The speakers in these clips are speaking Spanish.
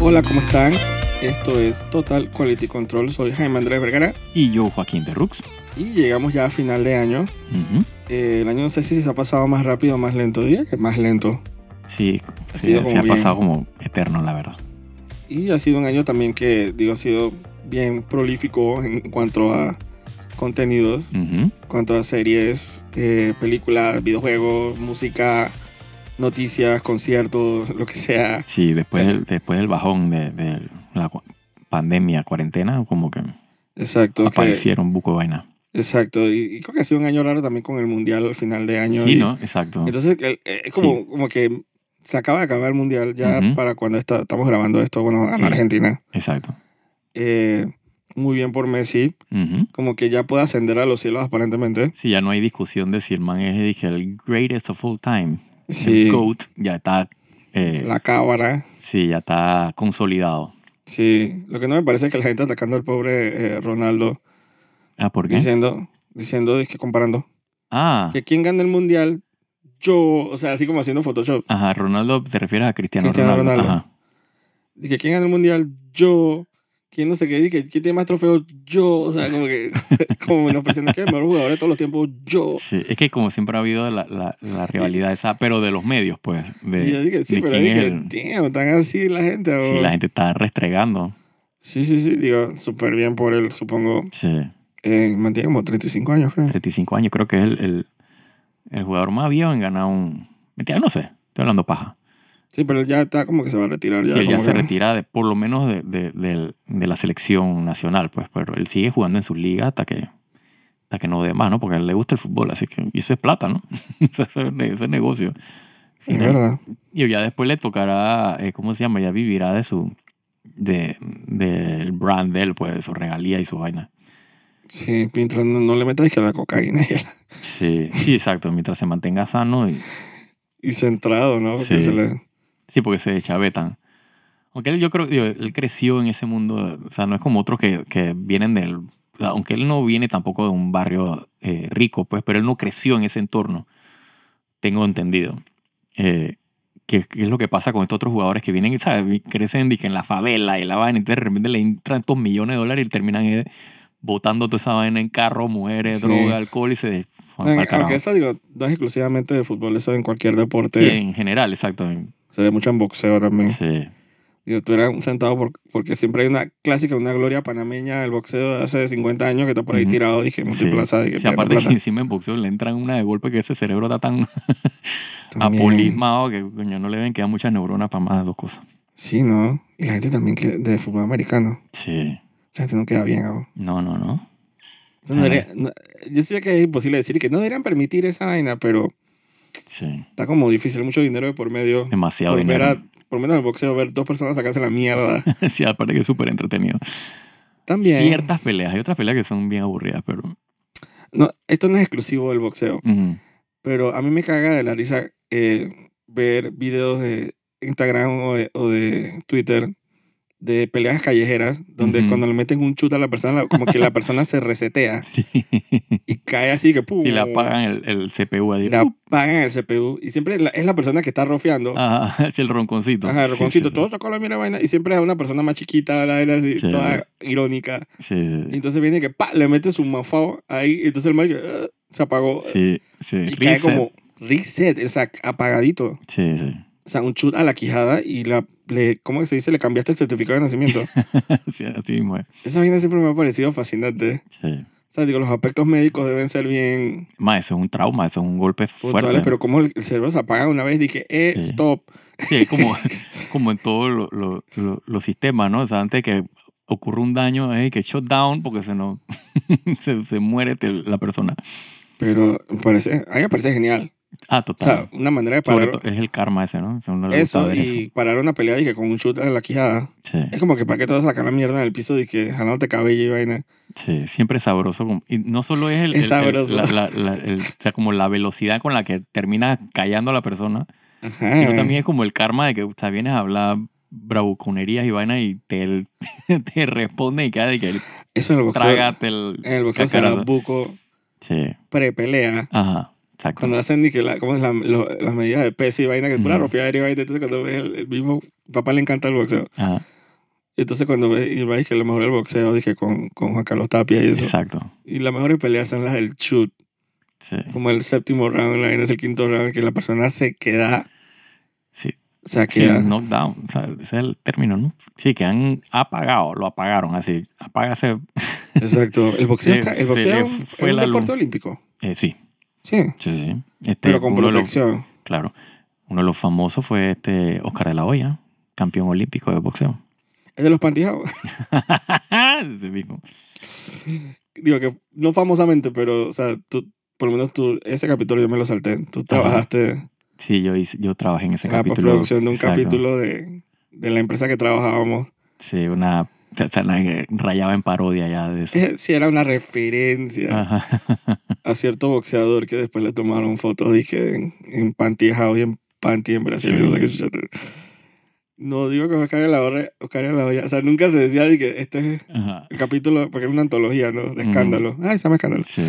Hola, ¿cómo están? Esto es Total Quality Control. Soy Jaime Andrés Vergara Y yo, Joaquín de Rux. y llegamos ya a final de año. Ujú. Eh, el año no sé si se ha pasado más rápido o más lento. Diría que más lento. Sí, Ha sí, sido se como ha bien. pasado como eterno, la verdad. Y ha sido un año también que, digo, ha sido bien prolífico en cuanto a contenidos, Ujú. en cuanto a series, eh, películas, videojuegos, música, noticias, conciertos, lo que sea. Sí, después del, después del bajón de, de la cu- pandemia, cuarentena, como que Exacto. que- aparecieron un buco de vaina. exacto. Y, y creo que ha sido un año raro también con el mundial al final de año. Sí, y- ¿no? Exacto. Entonces, el- eh, es como, Sí. como que se acaba de acabar el mundial ya Ujú. para cuando está- estamos grabando esto, bueno, en Sí. Argentina. Exacto. Eh, muy bien por Messi, Ujú. como que ya puede ascender a los cielos aparentemente. Sí, ya no hay discusión de si el man es dije, el greatest of all time. Sí, El GOAT ya está, eh, Eh, la cámara. sí, ya está consolidado. Sí, lo que no me parece es que la gente atacando al pobre eh, Ronaldo, Ah, ¿por qué? diciendo, diciendo, que comparando, ah, que quién gana el mundial, yo, o sea, así como haciendo Photoshop, ajá, Ronaldo, te refieres a Cristiano, Cristiano Ronaldo. Ronaldo. Ajá. que quién gana el mundial, yo, quién no sé qué, que quién tiene más trofeos, yo, o sea, como que, como menospreciando que es el mejor jugador de todos los tiempos, yo. Sí, es que como siempre ha habido la, la- la rivalidad esa, pero de los medios, pues. De, Y yo dije, sí, de pero quién es dije, el- damn, están así la gente. o- Sí, la gente está restregando. sí, sí, sí, digo, súper bien por él, supongo. Sí, Eh, mantiene como 35 años, creo. 35 años, creo que es el, el, el jugador más viejo en ganar un. Mentira, no sé, estoy hablando paja. Sí, pero él ya está como que se va a retirar. Ya, si él ya como se que- retira de, por lo menos de, de- del- de la selección nacional, pues, pero él sigue jugando en sus ligas hasta que, hasta que no dé más, ¿no? Porque a él le gusta el fútbol, así que y eso es plata, ¿no? eso es ne- eso es negocio. Es verdad. Y ya después le tocará, eh, ¿cómo se llama? Ya vivirá de su, de, del brand de él, pues, de su regalía y su vaina. Sí, mientras no, no le metas que la cocaína y, el- Sí, sí, exacto, mientras se mantenga sano. y- y centrado, ¿no? Porque Sí. se le- sí, porque se chavetan. Aunque él, yo creo, digo, él creció en ese mundo, o sea, no es como otros que, que vienen del, o sea, aunque él no viene tampoco de un barrio eh, rico, pues, pero él no creció en ese entorno, tengo entendido. Eh, que, que es lo que pasa con estos otros jugadores que vienen, ¿sabes? Y Crecen dije, en la favela y la vaina, y de repente le entran estos millones de dólares y terminan eh, botando toda esa vaina en carro, mujeres, Sí. droga, alcohol y se... van pa'l Aunque- carajo. Aunque eso, digo, no es exclusivamente de fútbol, eso en cualquier deporte. Sí, en general, exacto. en- Se ve mucho en boxeo también. Sí. Digo, tú eras un sentado por- porque siempre hay una clásica, una gloria panameña del boxeo de hace 50 años que está por ahí Ujú. tirado, dije, multiplaza. dije, Sí, aparte plata. que encima en boxeo le entran una de golpe que ese cerebro está tan También. apolismado que coño, no le ven quedan muchas neuronas para más de dos cosas. Sí, ¿no? Y la gente también que de fútbol americano. Sí. Esa gente no Ah. queda bien aún. No, no, no. Eso no Sí. debería- no- yo sé que es imposible decir que no deberían permitir esa vaina, pero Sí. está como difícil, mucho dinero de por medio. Demasiado por, ver dinero. a- por lo menos en el boxeo, ver dos personas sacarse la mierda. sí, aparte que es súper entretenido. También. Ciertas peleas. Hay otras peleas que son bien aburridas, pero... mm, No, esto no es exclusivo del boxeo, ujú. pero a mí me caga de la risa eh, ver videos de Instagram o de, o de Twitter de peleas callejeras, donde Ujú. cuando le meten un chute a la persona, como que la persona se resetea Sí. y cae así que pum. y le apagan el, el CPU ahí. Uh, le apagan el CPU y siempre la- es la persona que está rofeando. Ajá, es el ronconcito. Ajá, el ronconcito, Ah, sí, todo sacó la mira vaina. Y siempre es una persona más chiquita, la vaina así, Sí. toda irónica. Sí, Y entonces viene que pa, le mete su mafao ahí. Y entonces el man que, "Ah", se apagó. sí. Sí, Y sí. cae Reset. como reset, o sea, apagadito. Sí, sí. O sea, un chut a la quijada y la, le, ¿cómo que se dice? Le cambiaste el certificado de nacimiento. sí. Así mismo es. Esa vaina siempre me ha parecido fascinante. Sí. O sea, digo, los aspectos médicos deben ser bien Ma, eso es un trauma, eso es un golpe puntuales, fuerte. pero como el cerebro se apaga una vez, dije, eh, Sí. stop. Sí, es como, como en todos lo- lo- lo- los sistemas, ¿no? O sea, antes que ocurra un daño, hay que shutdown porque se no se, se muere te- la persona. Pero me parece, a mí me parece genial. Ah, O sea, total. una manera de Sobre parar todo es el karma ese, ¿no? O sea, a uno le gusta eso ver y parar una pelea dije, con un chute a la quijada. eso. Es como que para qué te vas a sacar la mierda del piso y que jalándote cabello y vaina. Sí, sí, siempre es sabroso. como- Y no solo es el... Es el- el- sabroso. la- la- la- el- o sea, como la velocidad con la que termina callando a la persona, Ajá. sino también es como el karma de que o sea, vienes a hablar bravuconerías y vaina y te, te responde y queda de que Eso en el boxeo. trágate el... En el boxeo se da cacarazo. buco Sí, pre-pelea. ajá, exacto. Cuando hacen ni que la, ¿cómo es la- lo- las medidas de peso y vaina, que es pura Ujú. rofiadera y vaina. Entonces cuando ves el, el mismo papá le encanta el boxeo. Ajá. Entonces cuando ve- y veis que a lo mejor el boxeo, dije, con, con Juan Carlos Tapia y eso. Exacto. Y las mejores peleas son las del shoot, Sí. como el séptimo round, la vaina es el quinto round, que la persona se queda, Sí. o sea, Sí, queda... knockdown. O sea, ese es el término, ¿no? Sí, que han apagado, lo apagaron así. Apágase. Exacto. El boxeo, Se- está- se el boxeo le es un- fue es un la deporte luz. olímpico. Eh, sí, Sí, sí, sí. Este, pero con uno de los- protección. claro. Uno de los famosos fue este Oscar de la Hoya, campeón olímpico de boxeo. Es de los pantijados. Ese mismo. Digo que no famosamente, pero, o sea, tú, por lo menos tú, ese capítulo yo me lo salté. Tú trabajaste Sí, yo, hice- yo trabajé en ese en la Este capítulo. Ah, pues, producción de un Exacto. capítulo de, de la empresa que trabajábamos. Sí, una. o sea, la- rayaba en parodia ya de eso. Si era una referencia Ajá. a cierto boxeador que después le tomaron fotos, dije, en, en pantijado y en panty en Brasil. Sí. No, sé qué chucha. No digo que Oscar de la Hoya, Oscar de la Hoya, o sea, nunca se decía de que este es Ajá. el capítulo, porque era una antología, ¿no? De escándalo. Ay, se llama escándalo. Sí.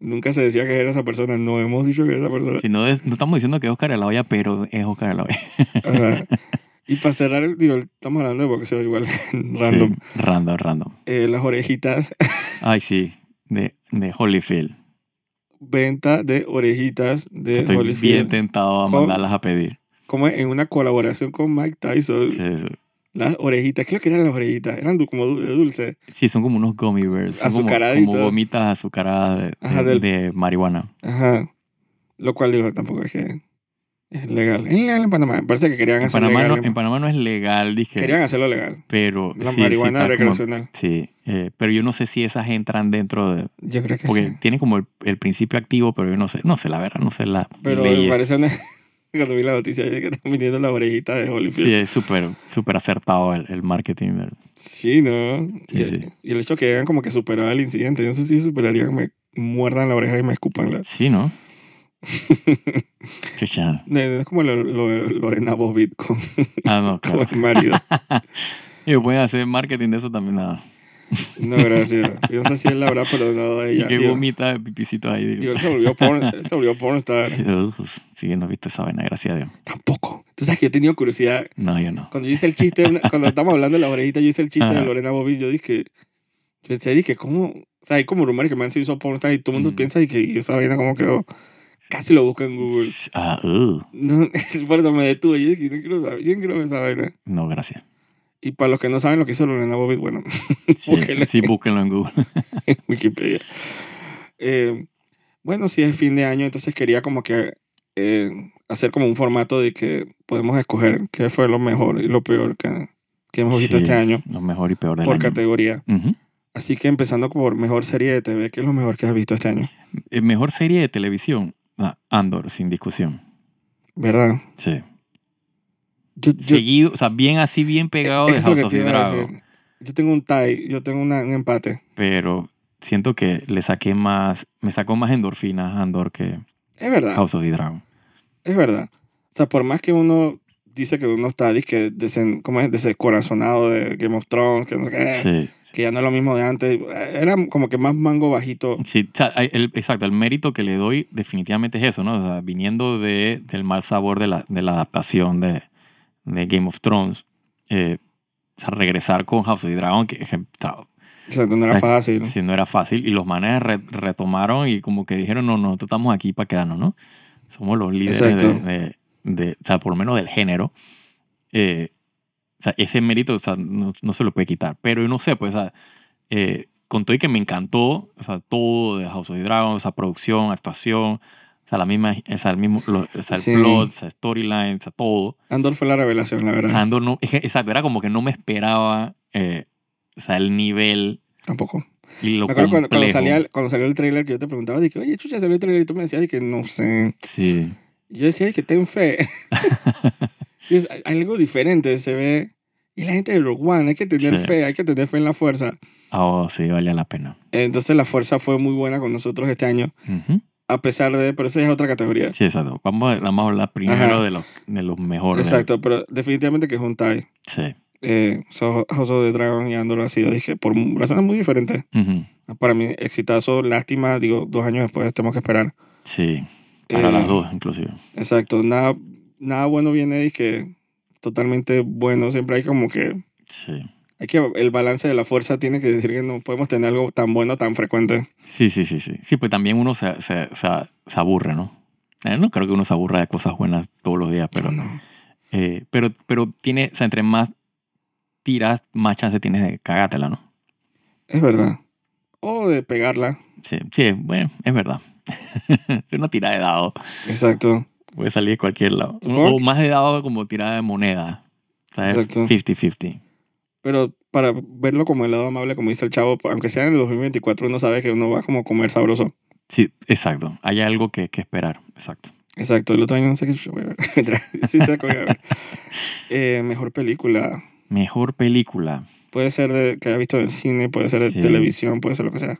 Nunca se decía que era esa persona, no hemos dicho que era esa persona. Si no, es- no estamos diciendo que es Oscar de la Hoya, pero es Oscar de la Hoya. Ajá. Y para cerrar, el- digo, estamos hablando de boxeo igual, random. Sí, random, random. Eh, las orejitas, Ay, sí. De, de Holyfield. venta de orejitas de Estoy bien Holyfield. tentado a Con- mandarlas a pedir. Como en una colaboración con Mike Tyson. Sí, sí. Las orejitas, creo que eran las orejitas, eran du- como du- de dulce. Sí, son como unos gummy bears. Son como- Azucaraditos. Como, gomitas azucaradas de, de- Ajá, del- de marihuana. Ajá. Lo cual digo, tampoco es que es legal. Es legal en Panamá. Me parece que querían En hacerlo Panamá, legal. no, en- en Panamá no es legal, dije. Querían hacerlo legal. pero La sí, sí, marihuana está como- recreacional. sí, eh, pero yo no sé si esas entran dentro de... Yo creo que Porque sí. tiene como el, el principio activo, pero yo no sé, no sé, la verdad, no sé la Pero me leyes. parece una- Cuando vi la noticia, dije que están viniendo las orejitas de Holyfield. Sí, es súper, súper acertado el, el marketing. del- Sí, ¿no? Sí, y, sí. y el hecho que hayan como que superado el incidente. Yo no sé si superaría que me muerdan la oreja y me escupan la... Sí, ¿no? Chucha. No, no, Es como lo, lo de Lorena Bobbitt con, Ah, no, con claro. el marido. Y pueden hacer marketing de eso también, nada. No, gracias. Yo no sé si él la habrá perdonado a Y ella. que Digo, vomita de pipicitos ahí. digo, él se volvió porn, él se volvió pornstar. Sí, uf, sí, no he visto esa vaina, gracias a Dios. Tampoco. Tú sabes que yo he tenido curiosidad. No, yo no. Cuando yo hice el chiste, una- cuando estábamos hablando de la orejita, yo hice el chiste de Ajá. Lorena Bobbitt. Yo dije, yo pensé, dije, ¿cómo? O sea, hay como rumores que me han se hizo pornstar y todo el mundo Mm. piensa y que ¿y esa vaina cómo quedó. Casi lo busco en Google. Ah, uh, No, por eso me detuve. Yo dije, yo no quiero saber, yo no quiero ver esa vaina. no, gracias. Y para los que no saben lo que hizo Lorena Bobbitt, bueno, Sí, Búsquenlo. sí, búsquenlo en Google. en Wikipedia. Eh, bueno, si es fin de año, entonces quería como que eh, hacer como un formato de que podemos escoger qué fue lo mejor y lo peor que, que hemos visto Sí, este año Lo mejor y peor del por año. categoría. Ujú. Así que empezando por mejor serie de TV, ¿qué es lo mejor que has visto este año? Eh, Mejor serie de televisión, ah, Andor, sin discusión. ¿Verdad? Sí. Yo, yo- Seguido, o sea, bien así, bien pegado es de que eso House que of te the iba a Dragon. decir. Yo tengo un tie, yo tengo una- un empate. pero siento que le saqué más, me sacó más endorfinas Andor que Es verdad. House of the Dragon. Es verdad. O sea, por más que uno dice que uno está disque desen- ¿cómo es? desencorazonado de Game of Thrones, que, no sé qué, Sí. que ya no es lo mismo de antes, era como que más mango bajito. Sí, o sea, hay- el- exacto, el mérito que le doy definitivamente es eso, ¿no? O sea, viniendo de, del mal sabor de la, de la adaptación de, de Game of Thrones, eh, o sea, regresar con House of the Dragon, que, que, o sea, O sea, no era Sí. fácil. si no era fácil, y los manes re- retomaron y como que dijeron, no, no, nosotros estamos aquí para quedarnos, ¿no? Somos los líderes de, Exacto. de- de- o sea, por lo menos del género. Eh, o sea, ese mérito, o sea, no, no se lo puede quitar. Pero yo no sé, pues, o sea, eh, con todo y que me encantó, o sea, todo de House of the Dragon, esa producción, actuación, o sea, la misma, o sea, el mismo, lo- o sea, el Sí. plot, o sea, storyline, o sea, todo. Andor fue la revelación, la O verdad. sea, Andor no, exacto, era como que no me esperaba, eh, o sea, el nivel Tampoco. y lo Me acuerdo cuando, cuando complejo. salía, el- cuando salió el trailer que yo te preguntaba, dije, oye, chucha, salió el trailer y tú me decías, que no sé. Sí. Y yo decía, que ten fe. y es algo diferente, se ve. Y la gente de Rogue One, hay que tener Sí. fe, hay que tener fe en la fuerza. Ah, oh, sí, valía la pena. Entonces la fuerza fue muy buena con nosotros este año. Ujú. A pesar de, pero eso ya es otra categoría. Sí, exacto. Vamos a, vamos a hablar primero Ajá. de los, de los mejores. Exacto, pero definitivamente que es un tie. Sí. Eh, so- House of the Dragon y Andor ha sido, dije, por razones muy diferentes. Ujú. Para mí, exitazo, lástima, digo, dos años después tenemos que esperar. Sí. Para Eh, las dos, inclusive. Exacto, nada, nada bueno viene, dije, totalmente bueno. Siempre hay como que Sí. Hay que el balance de la fuerza tiene que decir que no podemos tener algo tan bueno tan frecuente. Sí, sí, sí, sí. Sí, pues también uno se, se, se, se aburre, ¿no? Eh, no creo que uno se aburra de cosas buenas todos los días, pero. No, no. eh, pero, pero tiene, o sea, entre más tiras, más chance tienes de cagátela, ¿no? Es verdad. O de pegarla. Sí, sí, bueno, es verdad. es una tirada de dado. Exacto. Puede salir de cualquier lado. Supongo o que- más de dado como tirada de moneda. ¿Sabes? Exacto. 50-50. Pero para verlo como el lado amable, como dice el chavo, aunque sea en el 2024, uno sabe que uno va como a comer sabroso. Sí, exacto. Hay algo que, que esperar. Exacto. Exacto. El otro año no sé qué. voy a ver. Mentira. sí, sé que voy a ver. Eh, mejor película. Mejor película. Puede ser de, que haya visto en el cine, puede ser de Sí. televisión, puede ser lo que sea.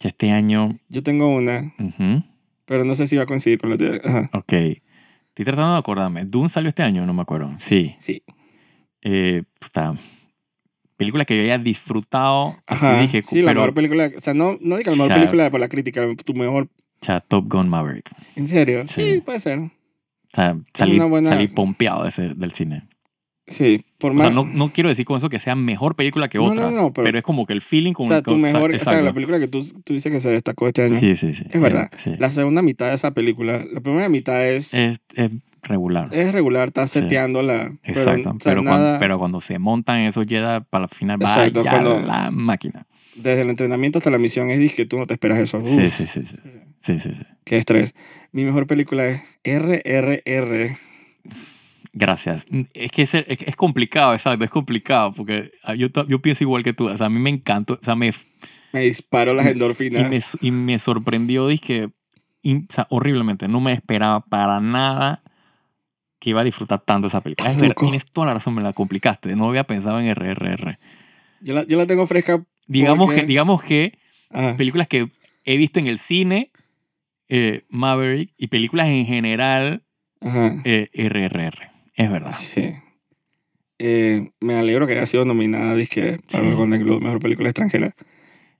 Ya este año. Yo tengo una, ujú, pero no sé si va a coincidir con la tuya. Ajá. Ok. Estoy tratando de acordarme. Dune salió este año, no me acuerdo. Sí. Sí. Eh, puta. Película que yo haya disfrutado. Así Ajá. dije, sí, la pero. mejor película. O sea, no, no diga la mejor Ya. película por la crítica, tu mejor. cha, Top Gun Maverick. O ¿En serio? Sí, Sí. puede ser. sea, salí, una buena- salí pompeado de ese- del cine. Sí, por O más. sea, no, no quiero decir con eso que sea mejor película que No, otra, no, no, pero- pero, es como que el feeling o con sea, con- tu mejor. O sea, exacto. la película que tú, tú dices que se destacó este año. Sí, sí, sí. Es verdad. Eh, sí. La segunda mitad de esa película, la primera mitad es, Es, es regular. es regular, estás Sí. seteando la. Pero, Exacto. o sea, Pero, nada, cuando, pero cuando se montan esos Jedi, para el final va Exacto, ya cuando- la máquina. desde el entrenamiento hasta la misión es disque tú no te esperas eso. Uf, Sí, sí, sí, sí. Sí, sí, sí. Qué estrés. Mi mejor película es RRR. Gracias. Mm, Es que es, es, es complicado, exacto. Es complicado porque ah, yo, ta- yo pienso igual que tú. O sea, a mí me encantó. O sea, me, Me disparo las Y- endorfinas. y, me, s- y me sorprendió, dije, in- o sea, horriblemente, no me esperaba para nada que iba a disfrutar tanto esa película. Estás Es verdad, loco. tienes toda la razón, me la complicaste, no había pensado en RRR. Yo, la, yo la tengo fresca. Ah, Digamos Porque- que, digamos que Ajá. películas que he visto en el cine, eh, Maverick, y películas en general, Ajá. eh, RRR. Es verdad. Sí. Eh, me alegro que haya sido nominada disque para Sí. el Golden Globe, mejor película extranjera.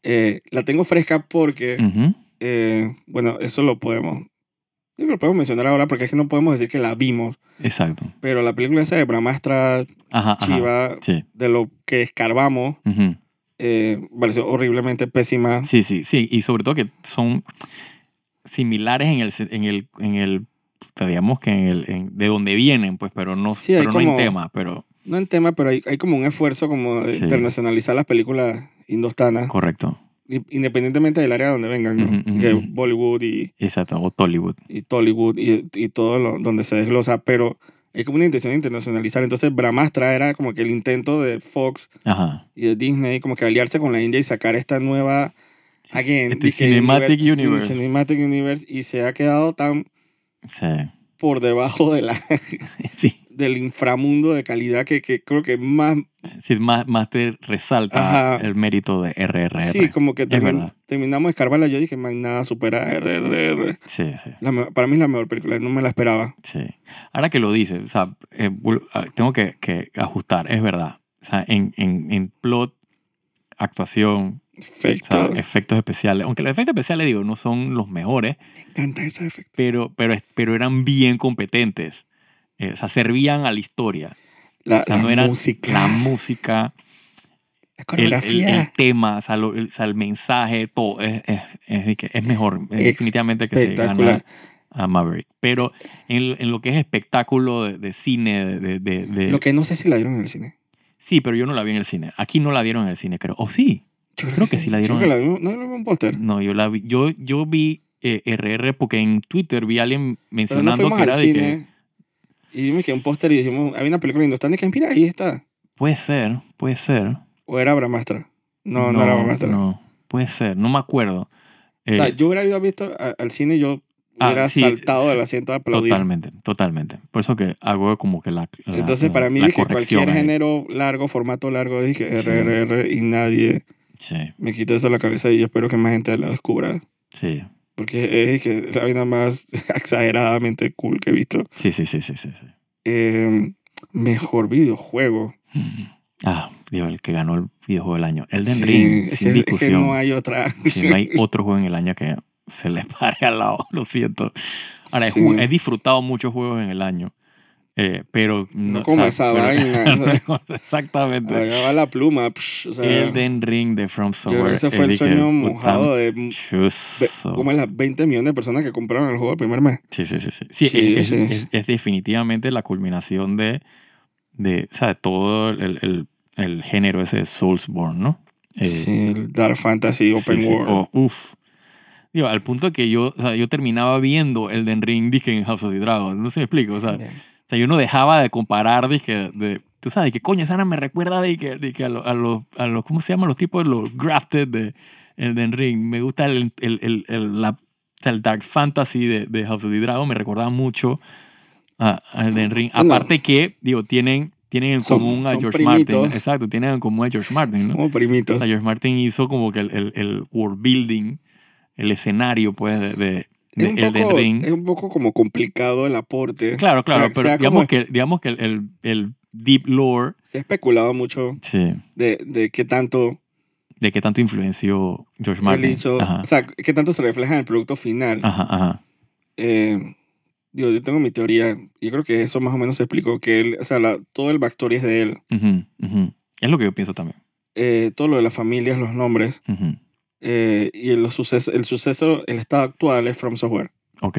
Eh, la tengo fresca porque, Ujú. eh, bueno, eso lo podemos. yo creo que lo podemos mencionar ahora porque es que no podemos decir que la vimos, Exacto. pero la película esa de Bramastra Ajá, ajá. Chiva, Sí. de lo que escarbamos, Ujú. eh, pareció horriblemente pésima. Sí, sí, sí. Y sobre todo que son similares en el, se- en el, en el digamos que en el, en- de donde vienen, pues, pero no, Sí, hay pero no en como- tema, pero No en tema, pero hay, hay como un esfuerzo como de Sí. internacionalizar las películas indostanas, correcto. i- independientemente del área donde vengan, ¿no? Ujú, ujú, Que ujú. Bollywood y, Exacto, o Tollywood. y Tollywood y, y todo lo, donde se desglosa, pero es como una intención de internacionalizar. Entonces, Brahmastra era como que el intento de Fox Ajá. y de Disney, como que aliarse con la India y sacar esta nueva. Again, Este dije, Cinematic univer- Universe. Cinematic Universe, y se ha quedado tan Sí. por debajo de la, Sí, del inframundo de calidad que, que creo que más. sí, más, más te resalta Ajá. el mérito de RRR. Sí, como que Es termin- verdad. terminamos de escarbarla. Yo dije, man, nada supera a RRR. sí, sí. La me- para mí es la mejor película, no me la esperaba. Sí. Ahora que lo dices, o sea, eh, vol- ah, tengo que, que ajustar, es verdad. O sea, en, en, en plot, actuación, O Efecto. sea, efectos especiales. Aunque los efectos especiales, digo, no son los mejores, me encanta ese efecto. pero, pero, pero eran bien competentes. Eh, o sea, servían a la historia. La, O sea, la no era música. la música, La el, el- coreografía. el tema, o sea, lo- el, o sea, el mensaje, todo. Es, es, es de que es mejor, eh, definitivamente que se Espectacular. gana a Maverick. Pero en, en lo que es espectáculo de, de cine, de, de- de- Lo que no sé si la dieron en el cine. sí, pero yo no la vi en el cine. Aquí no la dieron en el cine, creo. O sí. Yo Creo que sí la dieron. Mm, Creo que la vimos- no la vimos en un póster. No, yo la vi. Yo, yo vi eh, RR porque en Twitter vi a alguien Pero no mencionando fuimos que al era de que cine. Y me quedé un póster y dijimos, había una película indostana y que mira, ahí está. puede ser, puede ser. O era Bramastra. No, no, era Bramastra. no, puede ser, no me acuerdo. O sea, Eh, yo hubiera ido a visto a- al cine yo Ah, hubiera sí, saltado sí, del asiento a aplaudir. totalmente, totalmente. Por eso que hago como que la. la- Entonces, la- para mí, la dije corrección cualquier ahí. género largo, formato largo, dije Sí. RRR y nadie Sí, me quita eso de la cabeza y yo espero que más gente la descubra. sí, Porque es dije, la vaina más exageradamente cool que he visto. sí, sí, sí, sí. sí, sí. Eh, mejor videojuego. Ah, digo, el que ganó el videojuego del año. Elden Sí, Ring, es, sin que, es que discusión. no hay otra. Sí, no hay otro juego en el año que se les pare al lado, lo siento. Ahora, he Sí. ju- he disfrutado muchos juegos en el año. Eh, pero No como esa vaina. exactamente. Allá va la pluma. psh, o sea, Elden Ring de From yo creo que Software. ese fue Él el dije, sueño puta, mojado de ve- chuzo. como las 20 millones de personas que compraron el juego el primer mes. Sí, sí, sí. sí. Sí, Sí, es, sí. es- es- es definitivamente la culminación de, de, o sea, de todo el, el- el género ese de Soulsborne, ¿no? Eh, sí, el Dark Fantasy, Open sí, sí. World. Oh, uf. Digo, al punto que yo, o sea, yo terminaba viendo Elden Ring, dije, en House of the Dragon. No se me explico, o sea, Bien. o sea, yo no dejaba de comparar, dije, de, tú sabes, que coño, Sana me recuerda de que, de que a, lo- a los, a los, ¿cómo se llaman los tipos? Los grafted de Elden Ring. Me gusta el, el, el, el- la- o sea, el Dark Fantasy de, de House of the Dragon, me recordaba mucho a, a Elden Ring. Bueno. Aparte que, digo, tienen, tienen en Son- común a son George Martin. primitos. Exacto, tienen en común a George Martin, ¿no? Como O primitos. sea, George Martin hizo como que el, el, el world building, el escenario, pues, de, de, Es de un, Elden poco, Ring. es un poco como complicado el aporte. Claro, claro, o sea, pero sea como- digamos, que, digamos que el, el, el deep lore, Se ha especulado mucho sí, de, de qué tanto de qué tanto influenció George el Martin. hecho- Ajá, Ah. o sea, qué tanto se refleja en el producto final. ajá, ajá. Eh, digo, yo tengo mi teoría, yo creo que eso más o menos se explicó, que él, o sea, la- todo el backstory es de él. Ujú, ujú. Es lo que yo pienso también. Eh, todo lo de las familias, los nombres Ujú. eh, y los sucesos, el suceso, el estado actual es From Software. Ok.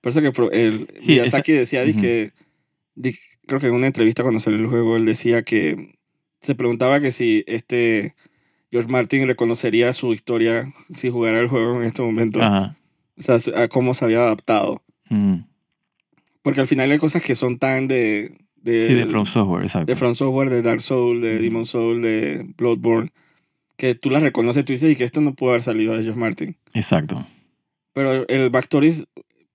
Por eso que Fro- el, Sí, Miyazaki decía, dizque- di- creo que en una entrevista cuando salió el juego, él decía que se preguntaba que si este George Martin reconocería su historia si jugara el juego en este momento, Ajá. o sea, su- a cómo se había adaptado. Ujú. Porque al final hay cosas que son tan de... de Sí, de From Software, eh, de exacto. From Software, de Dark Soul, de Ujú. Demon Soul, de Bloodborne, que tú las reconoces, tú dices, y que esto no pudo haber salido de George Martin. Exacto. Pero el backstory es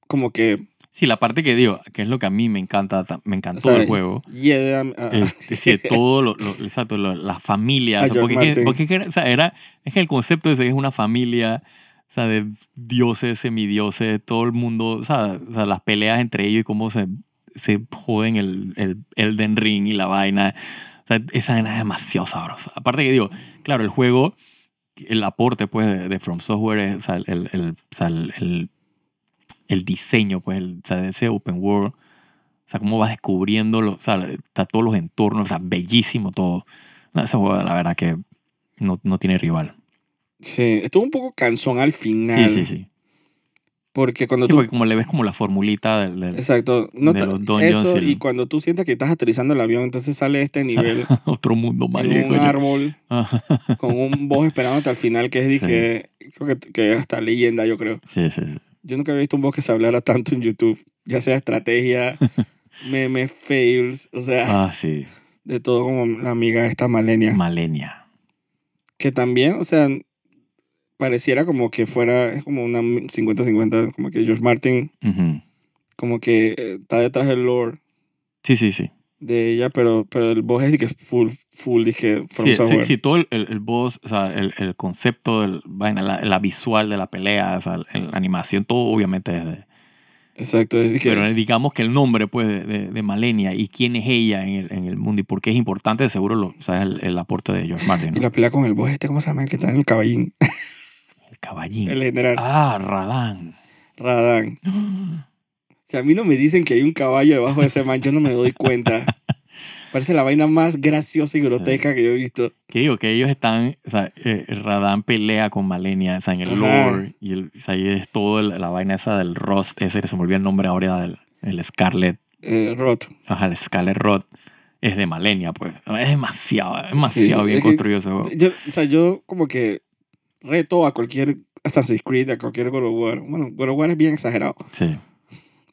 como que Sí, la parte que digo, que es lo que a mí me encanta, ta- me encantó O sea, del juego. llega a- a- Este, sí, todo lo, lo- exacto, lo- la familia. A o sea, George porque, es que- Martin. porque es que era, o sea, era- es que el concepto ese es una familia, o sea, de dioses, semidioses, todo el mundo, o sea, o sea, las peleas entre ellos y cómo se, se joden el, el Elden Ring y la vaina. O sea, esa vaina es demasiado sabrosa. Aparte que digo, claro, el juego, el aporte pues de, de From Software es, o sea, el, el- o sea, el- el- el diseño, pues, el, o sea, de ese open world. O sea, cómo vas descubriendo los, o sea, está todos los entornos, o sea, bellísimo todo. No, ese juego, la verdad, que no, no tiene rival. sí, estuvo un poco cansón al final. Sí, sí, sí. Porque cuando Sí, tú... porque como le ves como la formulita del... del- Exacto. No de ta- los dungeons eso, y el- y cuando tú sientas que estás aterrizando el avión, entonces sale este nivel otro mundo en mágico. un árbol Ajá. con un boss esperándote al final, que es, dije, creo que, que hasta leyenda, yo creo. Sí, sí, sí. Yo nunca había visto un boss que se hablara tanto en YouTube, ya sea estrategia, memes, fails, o sea, Ah, sí. de todo como la amiga esta Malenia. Malenia. que también, o sea, pareciera como que fuera, es como una 50-50, como que George Martin Ujú. como que eh, está detrás del lore Sí, sí, sí. de ella, pero, pero el boss es que es full, full, dije, from Sí, sí, software. sí, todo el, el, el boss, o sea, el, el concepto, el, vaina, la, la visual de la pelea, o sea, el- la animación, todo obviamente es de, Exacto, es dije, Pero digamos que el nombre pues, de, de- de Malenia y quién es ella en el, en el mundo y por qué es importante, seguro lo, o sea, es el, el aporte de George y Martin. ¿no? la pelea con el boss este, ¿cómo se llama? El que está en el caballín, El caballín. el general, Ah, Radán. Radán. Si a mí no me dicen que hay un caballo debajo de ese man, yo no me doy cuenta. Parece la vaina más graciosa y grotesca que yo he visto. Que digo que ellos están, o sea, eh, Radán pelea con Malenia, o sea, en el Ajá. lore, y el, o sea, ahí es todo el- la vaina esa del Rust, ese se me olvidó el nombre ahora del el Scarlet, Eh, Rot. ajá, el Scarlet Rod, es de Malenia, pues. Es demasiado, es demasiado Sí, bien es que- construido ese juego. Yo, o sea, yo como que reto a cualquier Assassin's Creed, a cualquier God of War. Bueno, God of War es bien exagerado. Sí,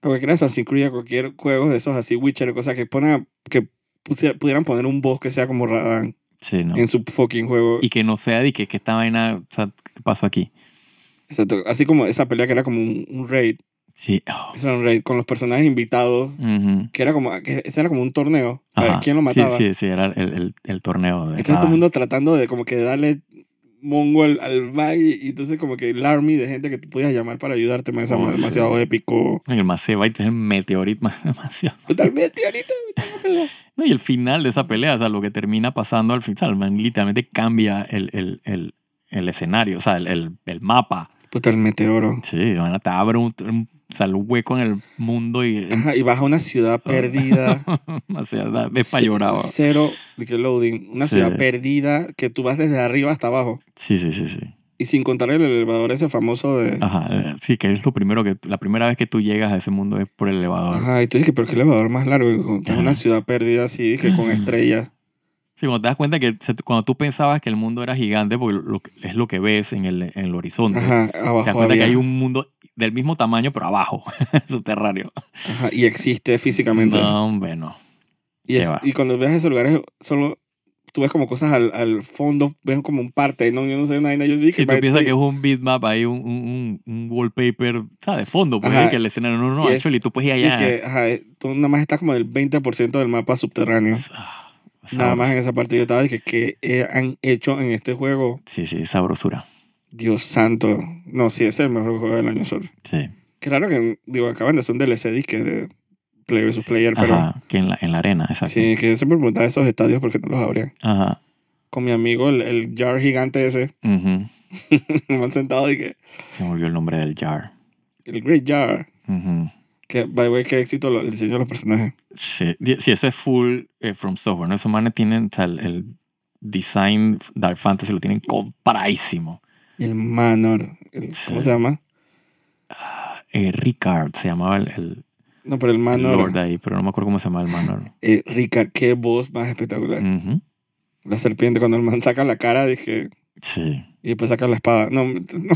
A cualquier Assassin's Creed, a cualquier juego de esos así, Witcher, cosas que pongan, que pusiera- pudieran poner un boss que sea como Radan sí, no. en su fucking juego. Y que no sea de que, que esta vaina, o sea, ¿qué pasó aquí? Exacto. Así como esa pelea que era como un, un raid. Sí. oh. Eso era un raid con los personajes invitados. Ujú. Que era como, que ese era como un torneo. A ver, Ajá. ¿Quién lo mataba? Sí, sí, sí, era el, el- el torneo. De Entonces todo Radahn. el mundo tratando de como que darle mongo al, al man, y, y entonces como que el army de gente que tú podías llamar para ayudarte me Oh, parece sí. demasiado épico. Y el Maceo es el meteorito más- demasiado. Totalmente ahorita. me tengo que hablar. No, y el final de esa pelea, o sea, lo que termina pasando al final, el man literalmente cambia el, el- el- el escenario, o sea, el, el- el mapa. Puta, el meteoro. Sí, el man te abre un, un sea, el hueco en el mundo y Ajá, y vas a una ciudad Oh. perdida. o sea, da- es para llorar. va. Cero Nickelodeon. Una Sí. ciudad perdida que tú vas desde arriba hasta abajo. Sí, sí, sí, sí. Y sin contar el elevador ese famoso de... Ajá, eh, sí, que es lo primero que, la primera vez que tú llegas a ese mundo es por el elevador. Ajá, y tú dices, pero qué elevador más largo. Y como que Es Ajá. una ciudad perdida así, dije, con estrellas. Sí, cuando te das cuenta que se- cuando tú pensabas que el mundo era gigante, porque lo que- es lo que ves en el, en el horizonte, Ajá, te das abajo cuenta que había. hay un mundo del mismo tamaño, pero abajo, subterráneo. Ajá, y existe físicamente. No, hombre, no. y, es- qué va. y cuando ves esos lugares, solo tú ves como cosas al, al fondo, ves como un parte, ¿no? Yo no sé, una vaina, yo dije... Si tú "Vale, piensas sí". que es un bitmap, hay un, un, un, un wallpaper, ¿sabes? De fondo, pues Ajá. ahí que el escenario, no, no, no, Y es- actually, tú puedes ir Y allá. que, ajá, eh, tú nada más estás como del 20% del mapa subterráneo. Ah, Nada sabros- más en esa parte yo estaba, dije, ¿qué eh, han hecho en este juego? Sí, sí, sabrosura. Dios santo. No, sí, es el mejor juego del año solo. Sí. Claro que, digo, acaban de hacer un DLC disque de Play vs. Player, pero Ajá, que en la, en la arena, exacto. sí, que yo siempre preguntaba esos estadios porque no los abrían. Ajá. Con mi amigo, el, el jar gigante ese, ujú. me han sentado y que, Se me olvidó el nombre del jar. el Great Jar, Ujú. que, by the way, qué éxito lo- el diseño de los personajes. Sí, di- sí, eso es full eh, From Software, ¿no? Esos manes tienen, o sea, el, el design Dark Fantasy lo tienen compradísimo. Y el Manor, el- Sí. ¿cómo se llama? Eh, Ricard se llamaba el, el- No, pero el el Manor, Lord de ahí, pero no me acuerdo cómo se llamaba el Manor. eh, Ricard, qué voz más espectacular. Ujú. La serpiente, cuando el man saca la cara, dije, Sí. y después saca la espada. No, no.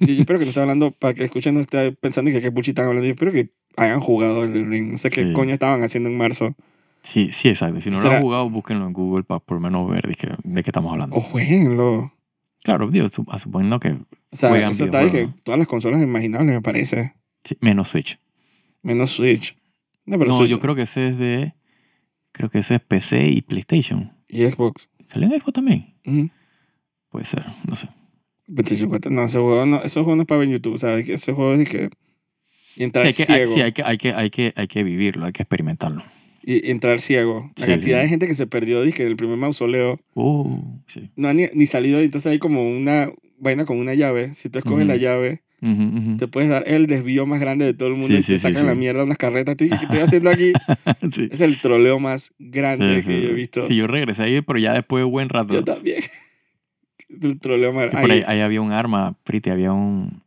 Y yo espero que no esté hablando, para que escuchen, no esté pensando que qué puchi están hablando. Yo espero que hayan jugado el Elden Ring. No sé qué Sí. coño estaban haciendo en marzo. Sí, sí, exacto. Si no lo Será- han jugado, búsquenlo en Google para por lo menos ver de qué, de qué estamos hablando. O jueguenlo. Claro, digo, sup- suponiendo que O sea, Juegan eso está dije, videojuegos, todas las consolas imaginables, me parece. sí, menos Switch. Menos Switch. No, pero no, Switch yo creo que ese es de. Creo que ese es PC y PlayStation. y Xbox. ¿Salió en Xbox también? Ujú. Puede ser, no sé. PlayStation 4. No, ese juego no, esos juegos no es para ver en YouTube. O sea, de que ese juego es de que... Y entrar Sí, hay, que, hay- ciego. sí, hay, que, hay, que, hay, que, hay que vivirlo, hay que experimentarlo. Y entrar ciego. La Sí, cantidad sí. de gente que se perdió, dije, en el primer mausoleo. Uh, sí. no han ni, ni salido, entonces hay como una vaina con una llave. Si tú escoges Ujú. la llave, Ujú, ujú. te puedes dar el desvío más grande de todo el mundo Sí, y sí, te sí, sacan sí. la mierda unas carretas. Tú dices, ¿qué estoy haciendo aquí? Sí. Es el troleo más grande Sí, que sí. yo he visto. Sí, yo regresé ahí, pero ya después de buen rato. Yo también. el troleo más Sí, por ahí, grande. ahí había un arma, Priti, había un,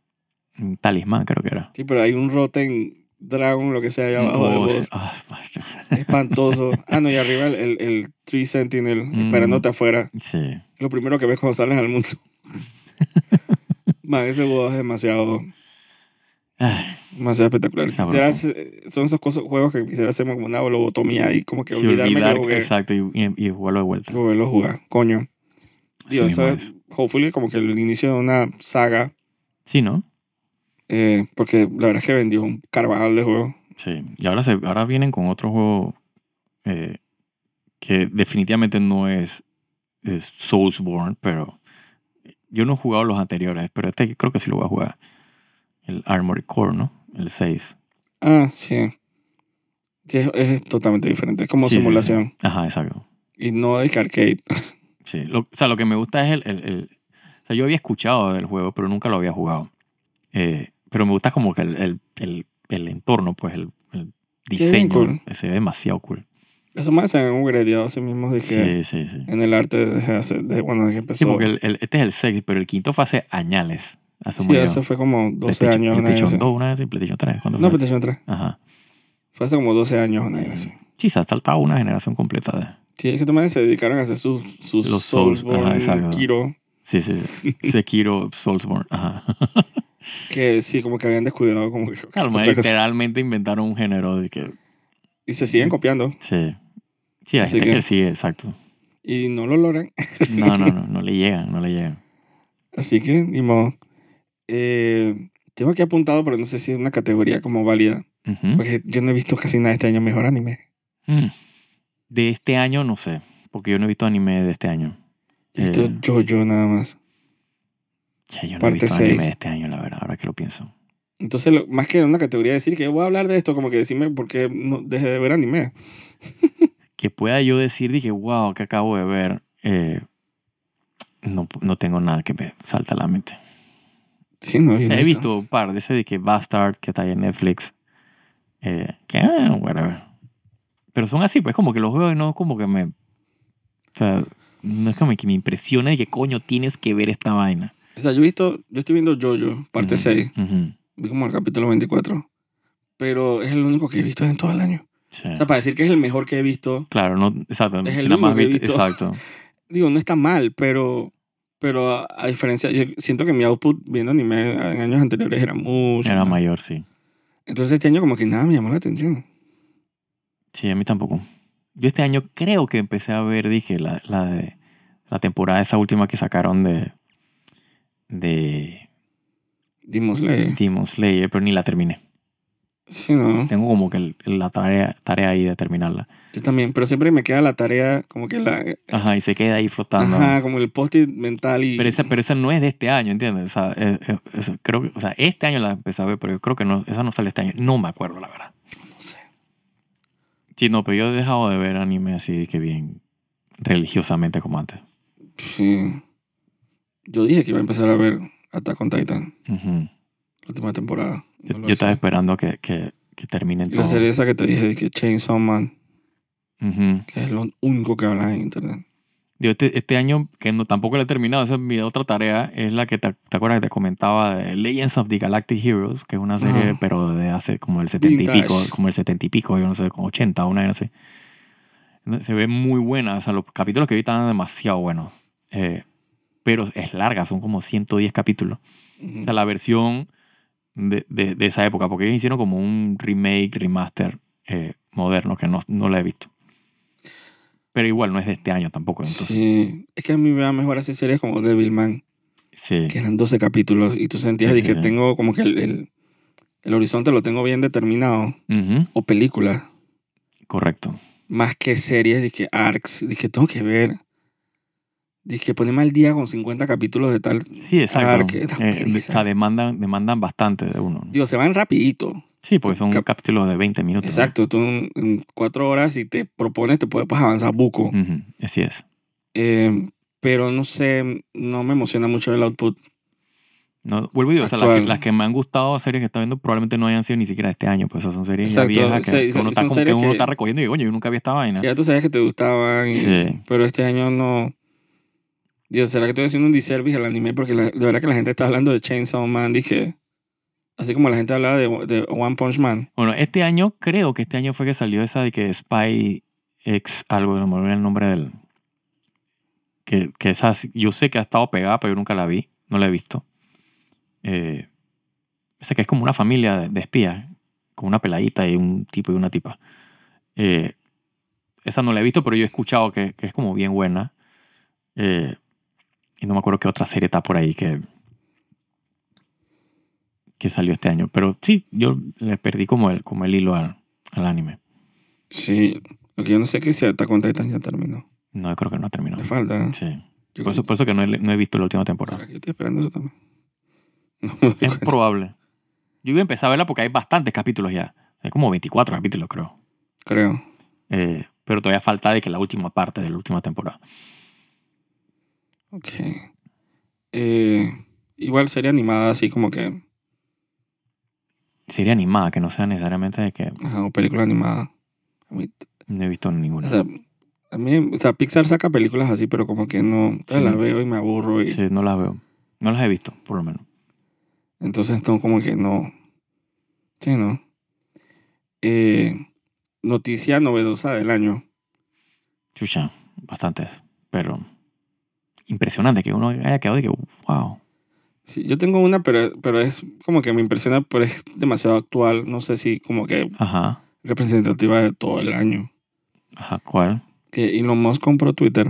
un talismán, creo que era. Sí, pero hay un roten dragon, lo que sea, allá abajo del Oh, sí. boss. Ah, maestro. Espantoso. Ah, no, y arriba el, el, el Tree Sentinel Mm. esperándote afuera. sí. Lo primero que ves cuando sales al mundo. Man, ese boss es demasiado... Ay, Demasiado espectacular. Ah, Sabroso. Quisiera hacer- son esos cosas, juegos que quisiera hacer como una lobotomía y como que sí, olvidarme olvidar, que lo jugué. exacto, y, y, y jugarlo de vuelta. y volverlo a jugar. Coño. Así Dios, mismo eso es. es, hopefully, como que el inicio de una saga. Sí, ¿no? eh, porque la verdad es que vendió un carvajal de juego. Sí. Y ahora, se, ahora vienen con otro juego eh, que definitivamente no es, es Soulsborne, pero yo no he jugado los anteriores, pero este creo que sí lo voy a jugar. El Armored Core, ¿no? El 6. Ah, sí. Sí, es, es totalmente diferente. Es como Sí, sí, sí. simulación. Ajá, exacto. Y no de que arcade. Sí, lo- o sea, lo que me gusta es el, el- el- O sea, yo había escuchado del juego, pero nunca lo había jugado. Eh, pero me gusta como que el, el, el- el entorno, pues el, el bien diseño. cool. Se ve demasiado cool. Eso más se han upgradeado a sí mismos de que Sí, sí, sí. en el arte desde hace, de, bueno, desde que Sí, empezó. porque el- el- este es el 6, pero el quinto fue hace añales. Sí, Asumo yo. eso fue como 12 PlayStation- años. una vez PlayStation así. 2, una vez, y PlayStation 3. ¿cuándo No, pues, fue? PlayStation 3. Ajá. Fue hace como 12 años. Una vez así. Sí, se ha saltado una generación completa. de- Sí, es que también se dedicaron a hacer sus, sus Los Souls, Soulsborne, ajá, exacto. Kiro, Sí, sí, sí. Sekiro, Soulsborne. Ajá. que sí, como que habían descuidado como que Claro, otra cosa. literalmente inventaron un género de que y se siguen copiando Sí. Sí, la Así gente que- que... sigue, exacto. y no lo logran. No, no, no, no le llegan, no le llegan. Así que, ni modo. Eh, tengo aquí apuntado, pero no sé si es una categoría como válida, Ujú. porque yo no he visto casi nada este año mejor anime. Mm. De este año, no sé, porque yo no he visto anime de este año. Yo he visto Eh. Jojo nada más. Ya, yo no Parte he visto seis. anime de este año, la verdad, ahora que lo pienso. Entonces, lo- más que una categoría decir que voy a hablar de esto, como que decirme por qué no dejé de ver anime. Que pueda yo decir, dije, wow, que acabo de ver, Eh, no, no tengo nada que me salta a la mente. Sí, no, yo no He visto un par de ese de que Bastard que está ahí en Netflix. Eh, que, ah, whatever. Pero son así, pues como que los veo y no como que me. O sea, no es como que me impresione de que coño tienes que ver esta vaina. O sea, yo he visto, yo estoy viendo Jojo, parte Ujú, 6. ujú. Vi como el capítulo 24. Pero es el único que he visto en todo el año. Sí. O sea, para decir que es el mejor que he visto, Claro, no, exacto. Es si el nada más único que he viste- visto. Exacto. digo, no está mal, pero, pero a, a diferencia, yo siento que mi output viendo anime en años anteriores era mucho. Era más. mayor, sí. Entonces este año como que nada me llamó la atención. Sí, a mí tampoco. Yo este año creo que empecé a ver, dije, la, la de la temporada esa última que sacaron de de Demon Slayer. Demon Slayer, pero ni la terminé. Sí, no. Tengo como que el- la tarea, tarea ahí de terminarla. Yo también, pero siempre me queda la tarea como que la... Ajá, y se queda ahí flotando. Ajá, como el post-it mental y... Pero esa, pero esa no es de este año, ¿entiendes? O sea, eh, eh, eso, creo que, o sea, este año la empecé a ver, pero yo creo que no, esa no sale este año. No me acuerdo, la verdad. No sé. Sí, no, pero yo he dejado de ver anime así que bien religiosamente como antes. Sí. Yo dije que iba a empezar a ver Attack on Titan, Ujú. la última temporada. Yo, No lo yo hice. estaba esperando que, que, que terminen Y la todo. serie esa que te dije de que Chainsaw Man, Ujú. que es lo único que hablas en internet. Yo este, este año, que no, tampoco la he terminado, esa es mi otra tarea, es la que te, te acuerdas que te comentaba de Legends of the Galactic Heroes, que es una serie, Ajá. pero de hace como el 70 y pico, Vintage. como el 70 y pico, yo no sé, como 80, una era así. Se ve muy buena, o sea, los capítulos que vi estaban demasiado buenos. Eh, pero es larga, son como 110 capítulos. O Ujú. sea, la versión de, de- de esa época, porque ellos hicieron como un remake, remaster eh, moderno que no, no la he visto. Pero igual no es de este año tampoco. Entonces, Sí. Es que a mí me va mejor hacer series como Devilman, sí. que eran 12 capítulos y tú sentías Sí, de sí, que sí. tengo como que el, el, el horizonte lo tengo bien determinado. Ujú, O películas, Correcto. más que series, de que arcs, de que tengo que ver. De que ponerme al día con 50 capítulos de tal. Sí, exacto. arc, da Eh, de- o pereza. sea, demandan, demandan bastante de uno. ¿no? Digo, se van rapidito. Sí, porque son cap- capítulos de 20 minutos. ¿no? Exacto, tú en, en cuatro horas, si te propones, te puedes pues, avanzar buco. Ujú, Así es. Eh, pero no sé, no me emociona mucho el output. No, vuelvo y digo, o sea, las, que, Actual. las que me han gustado, series que está viendo, probablemente no hayan sido ni siquiera este año. Pues o sea, son series ya Exacto, viejas que, sí, que uno, son está, como que series uno que- está recogiendo y digo, coño, yo nunca vi esta vaina. Que ya tú sabías que te gustaban, y- Sí. pero este año no. Dios, ¿será que estoy haciendo un disservice al anime? Porque la- de verdad que la gente está hablando de Chainsaw Man, dije. Así como la gente hablaba de, de One Punch Man. Bueno, este año, creo que este año fue que salió esa de que Spy X, algo, no me olvidé el nombre del. Que, que esa, yo sé que ha estado pegada, pero yo nunca la vi, no la he visto. Eh, esa que es como una familia de, de espías, con una peladita y un tipo y una tipa. Eh, esa no la he visto, pero yo he escuchado que, que es como bien buena. Eh, y no me acuerdo qué otra serie está por ahí que, que salió este año. Pero sí, yo le perdí como el, como el hilo al, al anime. Sí, lo que yo no sé es que si Attack on Titan ya terminó. No, yo creo que no ha terminado. Le falta. ¿eh? Sí. Yo, Por eso, por eso que no he, no he visto la última temporada. ¿Será que yo estoy esperando eso también? No me doy Es cuenta. probable. Yo voy a empezar a verla porque hay bastantes capítulos ya. Hay como 24 capítulos, creo. Creo. Eh, pero todavía falta de que la última parte de la última temporada. Ok. Eh, igual sería animada así como que. Sería animada, que no sea necesariamente de que Ajá, o película animada. A mí, no he visto o ninguna. sea, a mí- o sea, Pixar saca películas así, pero como que no. entonces Sí. Las veo y me aburro. Y, Sí, no las veo. No las he visto, por lo menos. Entonces, no, como que no. Sí, ¿no? Eh, noticia novedosa del año. Chucha, bastantes. Pero impresionante que uno haya quedado de que, wow. Sí, yo tengo una, pero, pero es como que me impresiona, pero es demasiado actual. No sé si como que Ajá, representativa de todo el año. ajá, ¿cuál? Que Elon Musk compró Twitter.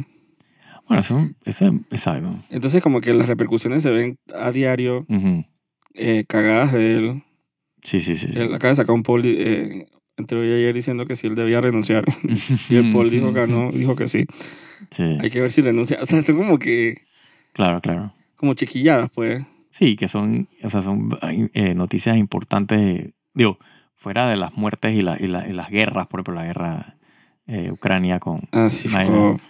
Bueno, eso, eso es algo. Entonces, como que las repercusiones se ven a diario, Ujú. eh, cagadas de él. Sí, sí, sí. sí. Él acaba de sacar un poll eh, entre hoy y ayer diciendo que si él debía renunciar. y el poll dijo que no, dijo que sí. Sí, Hay que ver si renuncia. O sea, son como que, claro, claro. como chiquilladas, pues. Sí, que son, o sea, son eh, noticias importantes, eh, digo, fuera de las muertes y, la- y la- y las guerras, por ejemplo, la guerra eh, Ucrania con... Así fue. Imagínate.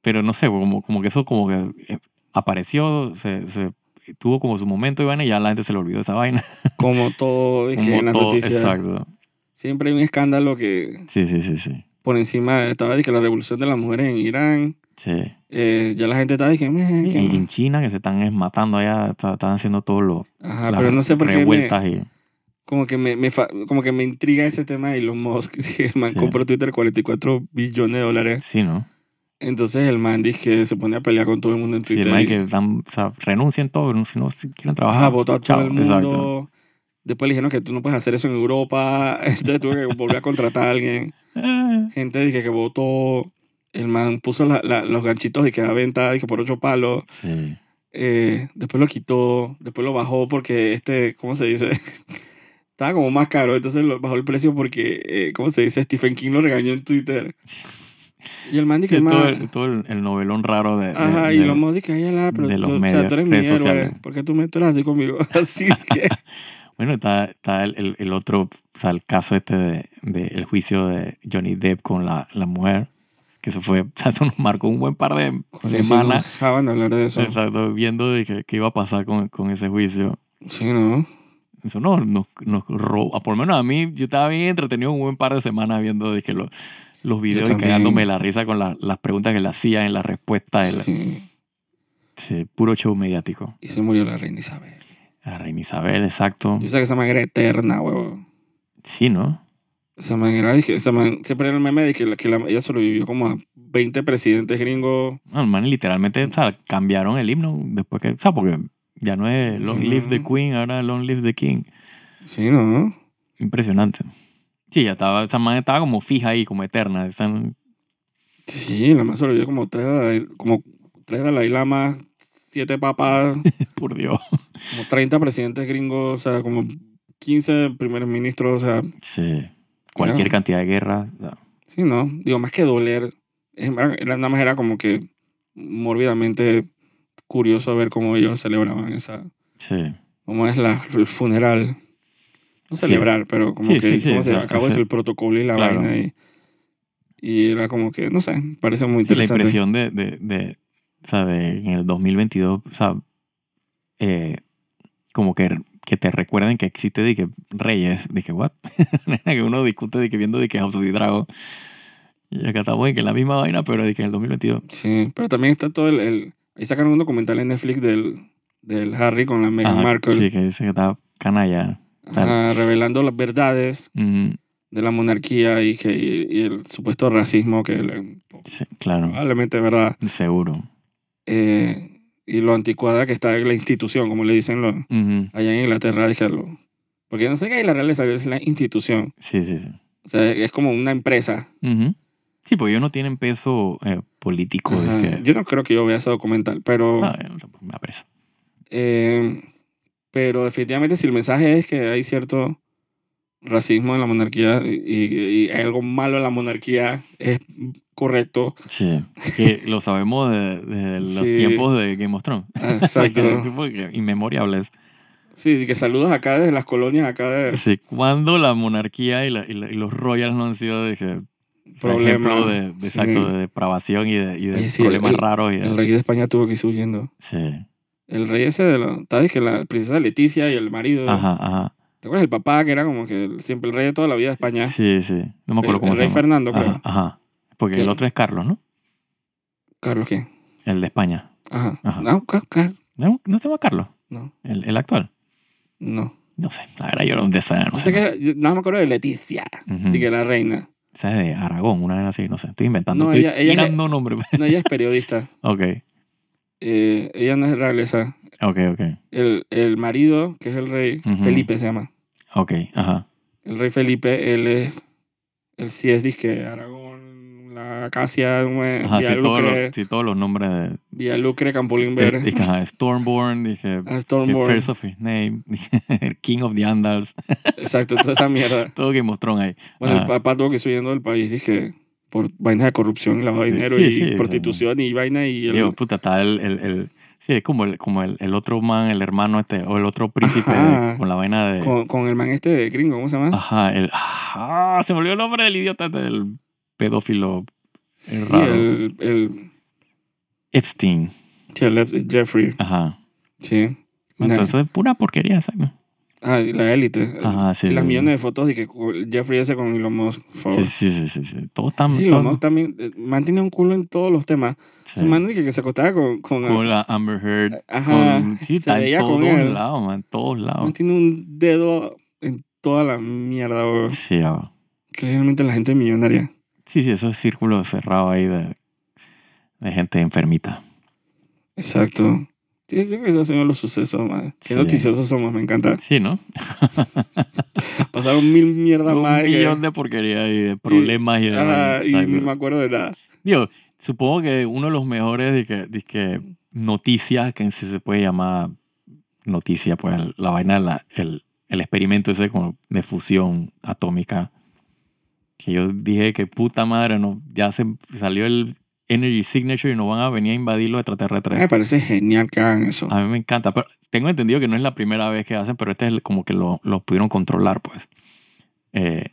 Pero no sé, como, como que eso como que eh, apareció, se, se tuvo como su momento, Iván, y ya la gente se le olvidó esa vaina. Como todo, dije, Como en las todo- noticias. Exacto. Siempre hay un escándalo que Sí, sí, sí, sí. por encima estaba de que la revolución de las mujeres en Irán. sí. eh, ya la gente estaba diciendo, Y y en China, que se están es, matando allá, está- están haciendo todo lo. Ajá, las Ah, pero no sé por qué me, revueltas y- como, que me, me fa- como que me intriga ese tema de Elon Musk. que el man Sí. compró Twitter 44 billones de dólares. Sí, ¿no? Entonces el man dice que se pone a pelear con todo el mundo en Sí, Twitter. más y- que dan- o sea, renuncien todo, pero si no si quieren trabajar. Ajá, votó a todo chao, el mundo. Exacto. Después le dijeron que tú no puedes hacer eso en Europa. Entonces tuve que volver a contratar a alguien. Eh, Gente dije que votó. El man puso la- la- los ganchitos de que a venta dije, por ocho palos. sí. Eh, después lo quitó. Después lo bajó porque este, ¿cómo se dice? Estaba como más caro. Entonces lo- bajó el precio porque, eh, ¿cómo se dice? Stephen King lo regañó en Twitter. Y el man Sí, dije, todo, man, el, todo el- el novelón raro de. de- Ajá, y de- lo hemos dicho, ay, ala, pero de tú, los o sea, medios, tú eres mi redes héroe, sociales. ¿por qué tú me tú eres así conmigo? Así que, Bueno, está, está el, el- el otro, o sea, el caso este de, de el juicio de Johnny Depp con la, la mujer, que se fue, o sea, eso nos marcó un buen par de sí, no semanas. saben hablar de eso. Exacto, viendo de que- qué iba a pasar con, con ese juicio. Sí, ¿no? Eso no, nos, nos roba. Por lo menos a mí, yo estaba bien entretenido un buen par de semanas viendo de que lo- los videos y también. cagándome la risa con la- las preguntas que le hacían y las respuestas. el- Sí. sí, puro show mediático. Y se murió la reina Isabel. La reina Isabel, exacto. Yo sé que esa man era eterna, huevo. Sí, ¿no? Esa man era, dije, esa man, siempre era el meme de que, la- que la- ella sobrevivió como a 20 presidentes gringos. No, man, literalmente o sea, cambiaron el himno después que. O sea, porque ya no es Long Sí. Live the Queen, ahora Long Live the King. Sí, ¿no? Impresionante. Sí, ya estaba, esa man estaba como fija ahí, como eterna. Esa- Sí, la man sobrevivió como tres Dalai, como tres Dalai Lamas, siete papas, por Dios. como 30 presidentes gringos, o sea, como 15 primeros ministros, o sea, Sí. Cualquier cantidad de guerra. o sea, Sí, no. Digo, más que doler, es- era, nada más era como que mórbidamente curioso ver cómo ellos celebraban esa, Sí. cómo es la, el funeral. No Sí. celebrar, pero como Sí, que sí, sí, cómo se claro, acabó sí. el protocolo y la Claro. vaina. Y, y era como que, no sé, parece muy Sí, la interesante. impresión de, de, de- o sea, de en el 2022, o sea, eh, como que, que te recuerden que existe de que Reyes, dije, ¿what? que uno discute de que viendo de que House of the Dragon. Y acá estamos en que la misma vaina, pero de que en el 2022. Sí, pero también está todo el, el- Ahí sacaron un documental en Netflix del, del Harry con la Meghan Ajá, Markle. Sí, que dice que está canalla. tal. ajá, revelando las verdades Ujú, de la monarquía y, que, y, y el supuesto racismo que le- sí, claro, probablemente es verdad. seguro. Eh, y lo anticuada que está la institución, como le dicen los, Ujú, allá en Inglaterra, dije lo- Porque no sé qué hay la realeza, es la institución. Sí, sí, sí. O sea, es como una empresa. Ujú. Sí, porque ellos no tienen peso eh, político. Ajá. dije, Yo no creo que yo vea ese documental, pero, no, eh, me apresa. eh, pero definitivamente si el mensaje es que hay cierto racismo en la monarquía y, y- y hay algo malo en la monarquía, es correcto. Sí, que lo sabemos de- desde los Sí. tiempos de Game of Thrones. O sea, que Ah, Exacto. fue inmemoriables. Sí, que saludos acá desde las colonias, acá de Sí, cuando la monarquía y, la- y la- y los royals no han sido de, que- o sea, ejemplo problemas. de, de- Sí. exacto, de depravación y de, y de Oye, sí, problemas el- raros. y de- El rey de España tuvo que ir huyendo. sí, El rey ese de la... ¿Sabes que la princesa Leticia y el marido... ajá, ajá. ¿Te acuerdas el papá que era como que el- siempre el rey de toda la vida de España? Sí, sí. No me acuerdo el, cómo el se rey llama. Fernando, creo. Ajá, ajá. Porque ¿Qué? el otro es Carlos, ¿no? ¿Carlos qué? El de España. Ajá. Ajá. No, Ca- Car- ¿No, ¿No se llama Carlos? No, ¿El, el actual? no. No sé. La verdad, yo no de esa, no No sé sé. que... yo Nada más me acuerdo de Leticia. Ujú. Y que la reina. Esa es de Aragón, una vez así, no sé. Estoy inventando, No, estoy ella- ella es- tirando nombres. No, ella es periodista. ok, Eh, ella no es realeza. ok, ok. El, el marido, que es el rey... Ujú. Felipe se llama. Ok, ajá. El rey Felipe, él es... Él sí es disque Aragón, la Acacia, Ajá, sí, todos Villalucre, los, sí, todos los nombres de... Villalucre, Campolín de- Ver, Dije, ajá, Stormborn, dije... a que Stormborn. First of his name, el King of the Andals, Exacto, toda esa mierda. todo que mostrón ahí. Bueno, el Ajá. papá tuvo que ir huyendo del país, dije, por vainas de corrupción y lavado de Sí, dinero sí, y sí, o sea, prostitución y vaina y... el- Digo, puta, está el... el, el- sí, es como, el, como el, el otro man, el hermano este, o el otro príncipe Ajá. de- con la vaina de... con, con el man este de gringo, ¿cómo se llama? Ajá, el... Ajá, se me olvidó el nombre del idiota, este, del pedófilo sí, raro. el, el, Epstein. sí, el Jeffrey, Ajá. sí. Nadie. Entonces es pura porquería, exacto. Ah, y la élite. Ajá, sí. Y las millones de fotos de que Jeffrey ese con Elon Musk, por favor. Sí, Sí, sí, sí, sí, sí. Todos están... Elon todos- Musk también eh, mantiene un culo en todos los temas. sí. Se Man dije que se acostaba con... con Con la Amber Heard. Ajá, con- sí, se está en veía con todos él. lados, man. En todos lados. mantiene un dedo en toda la mierda, bro. Sí, ah. Que realmente la gente millonaria. sí, sí, esos círculos cerrados ahí de, de gente enfermita. Exacto. Sí, yo creo que esos son los sucesos, más. Qué Sí. noticiosos somos, me encanta. Sí, ¿no? Pasaron mil mierdas Un más. que- millón de porquería y de problemas y, de... Ajá, y Exacto. ni me acuerdo de nada. Digo, supongo que uno de los mejores de que, de que noticias, que si se puede llamar noticia, pues el- la vaina, la- el, el experimento ese como de fusión atómica, que yo dije que puta madre, no, ya se salió el Energy Signature y no van a venir a invadir los extraterrestres. Me parece genial que hagan eso. A mí me encanta, pero tengo entendido que no es la primera vez que hacen, pero este es el- como que lo, lo pudieron controlar, pues. Eh,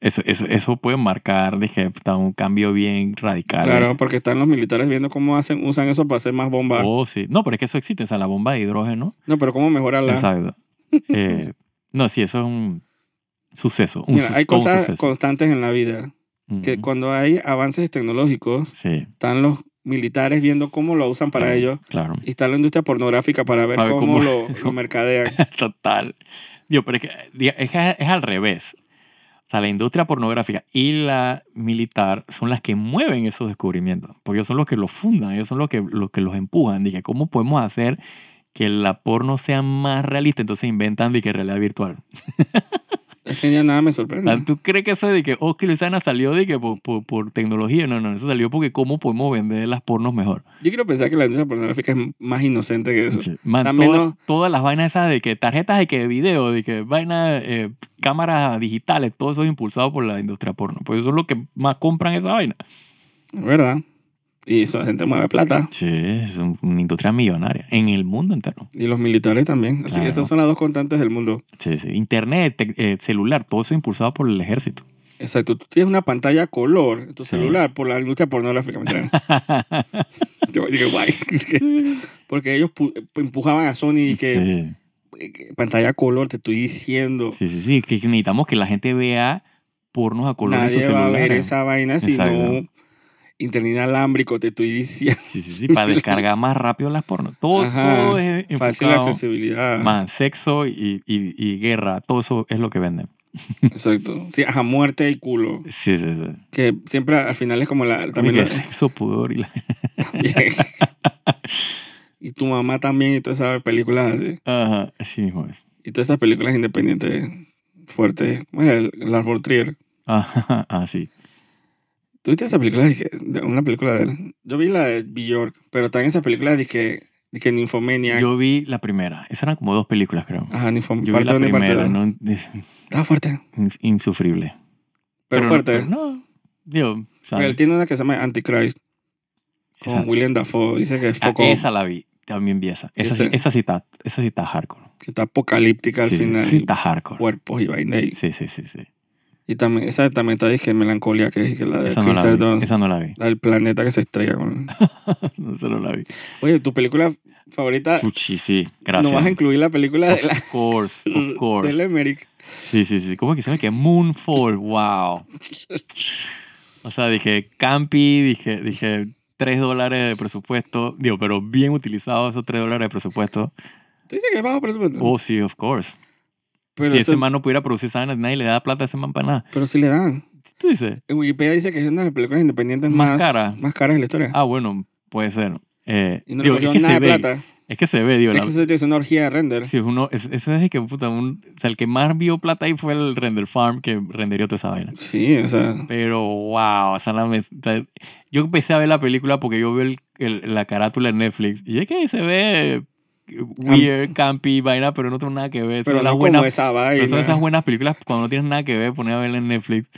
eso, eso, eso puede marcar, dije, puta, un cambio bien radical. Claro, porque están los militares viendo cómo hacen, usan eso para hacer más bombas. Oh, sí. No, pero es que eso existe, o sea, la bomba de hidrógeno. No, pero cómo mejorarla. Exacto. Eh, no, sí, eso es un suceso. Un Mira, sus- hay todo un cosas suceso. constantes en la vida. Que Ujú. cuando hay avances tecnológicos, Sí. están los militares viendo cómo lo usan para claro, ellos. Claro. Y está la industria pornográfica para ver, Para ver cómo, cómo- lo, lo mercadean. Total. Digo, pero es que diga, es, que es al revés. O sea, la industria pornográfica y la militar son las que mueven esos descubrimientos. Porque ellos son los que los fundan, ellos son los que, los, que los empujan. Dije, ¿cómo podemos hacer que la porno sea más realista? Entonces inventan, dije, realidad virtual. es que ya nada me O sorprende. sea, ¿tú crees que eso de que Oscar Luisana salió de que por, por, por tecnología? No, no, eso salió porque cómo podemos vender las pornos mejor. Yo quiero pensar que la industria pornográfica es más inocente que eso. Sí. Man, Está todas- menos- todas las vainas esas de que tarjetas de que video, de que vainas, eh, cámaras digitales, todo eso es impulsado por la industria porno. Pues eso es lo que más compran esa vaina. Es ¿Verdad? Y eso, la gente mueve plata. Sí, es un- una industria millonaria en el mundo entero. Y los militares también. Así que Claro. esas son las dos constantes del mundo. Sí, sí. Internet, tec- eh, celular, todo eso es impulsado por el ejército. Exacto. Tú tienes una pantalla color en tu Sí. celular por la industria pornográfica. ¿me entiendes? Yo dije, guay. Porque ellos pu- empujaban a Sony y que Sí. eh, pantalla color, te estoy diciendo. Sí, sí, sí, que necesitamos que la gente vea pornos a color en Nadie sus va a ver celulares. esa vaina si no Exacto. internet inalámbrico, te estoy diciendo. Sí, sí, sí, para descargar más rápido las pornos. Todo, Ajá, todo es Fácil enfocado. accesibilidad. Man, sexo y, y- y guerra, todo eso es lo que venden. Exacto. Sí, ajá, muerte y culo. Sí, sí, sí. Que siempre al final es como la... También También la- sexo, pudor y la... también. y tu mamá también y todas esas películas así. Ajá, así mismo es. Y todas esas películas independientes fuertes. ¿Cómo es el, el Arbor Trier? Ajá, ah, sí. ¿Tú viste esa película? Dije, de- una película de él. Yo vi la de Bjork, pero también esa película dije, dije Ninfomaniac. Yo vi la primera. Esas eran como dos películas, creo. Ajá, Ninfomaniac. Yo vi la Parte uno y parte primera, dos. ¿no? Es Estaba fuerte, ins- insufrible. pero, no- fuerte. pero no, digo, o sea, Pero él tiene una que se llama Antichrist con esa, William Dafoe. Dice que es ah, foco, esa la vi. También vi esa. Esa, sí, Ese- esa, sí, está, esa sí está hardcore. que está apocalíptica al Sí, sí, final. sí y está hardcore. cuerpos y vaina. Y, Sí, sí, sí, sí. y también, esa también está, dije, melancolía, que es dije, la de Esa no la Christopher vi. Dunst. Esa no la vi. La del planeta que se estrella con... No, esa no la vi. Oye, tu película favorita... Chuchi, sí. Gracias. No vas a incluir la película de la... Of course, of Del course. Emmerich. Sí, sí, sí. ¿Cómo que se llama? Que Moonfall, wow. O sea, dije Campi, dije, dije 3 dólares de presupuesto. Digo, pero bien utilizado esos 3 dólares de presupuesto. Tú dices que es bajo presupuesto. Oh, sí, of course. pero, si eso- ese man no pudiera producir esa vaina, nadie le da plata a ese man para nada. pero sí le dan. Tú dices, En Wikipedia dice que es una de las películas independientes más, Más cara. más caras de la historia. ah, bueno, puede ser. Eh, y no digo, le es cogió que nada se de ve. plata. Es que se ve, digo, Es la, que eso es una orgía de render. Sí, uno, es- eso es de que puta, un, o sea, el que más vio plata ahí fue el render farm que renderió toda esa vaina. Sí, o sea... Pero wow, o sea, la me- o sea, yo empecé a ver la película porque yo veo el- el- la carátula en Netflix y es que se ve weird, campy, vaina, pero no tiene nada que ver. Pero son no las como buenas, esa pero vaina. son esas buenas películas cuando no tienes nada que ver, poner a verla en Netflix.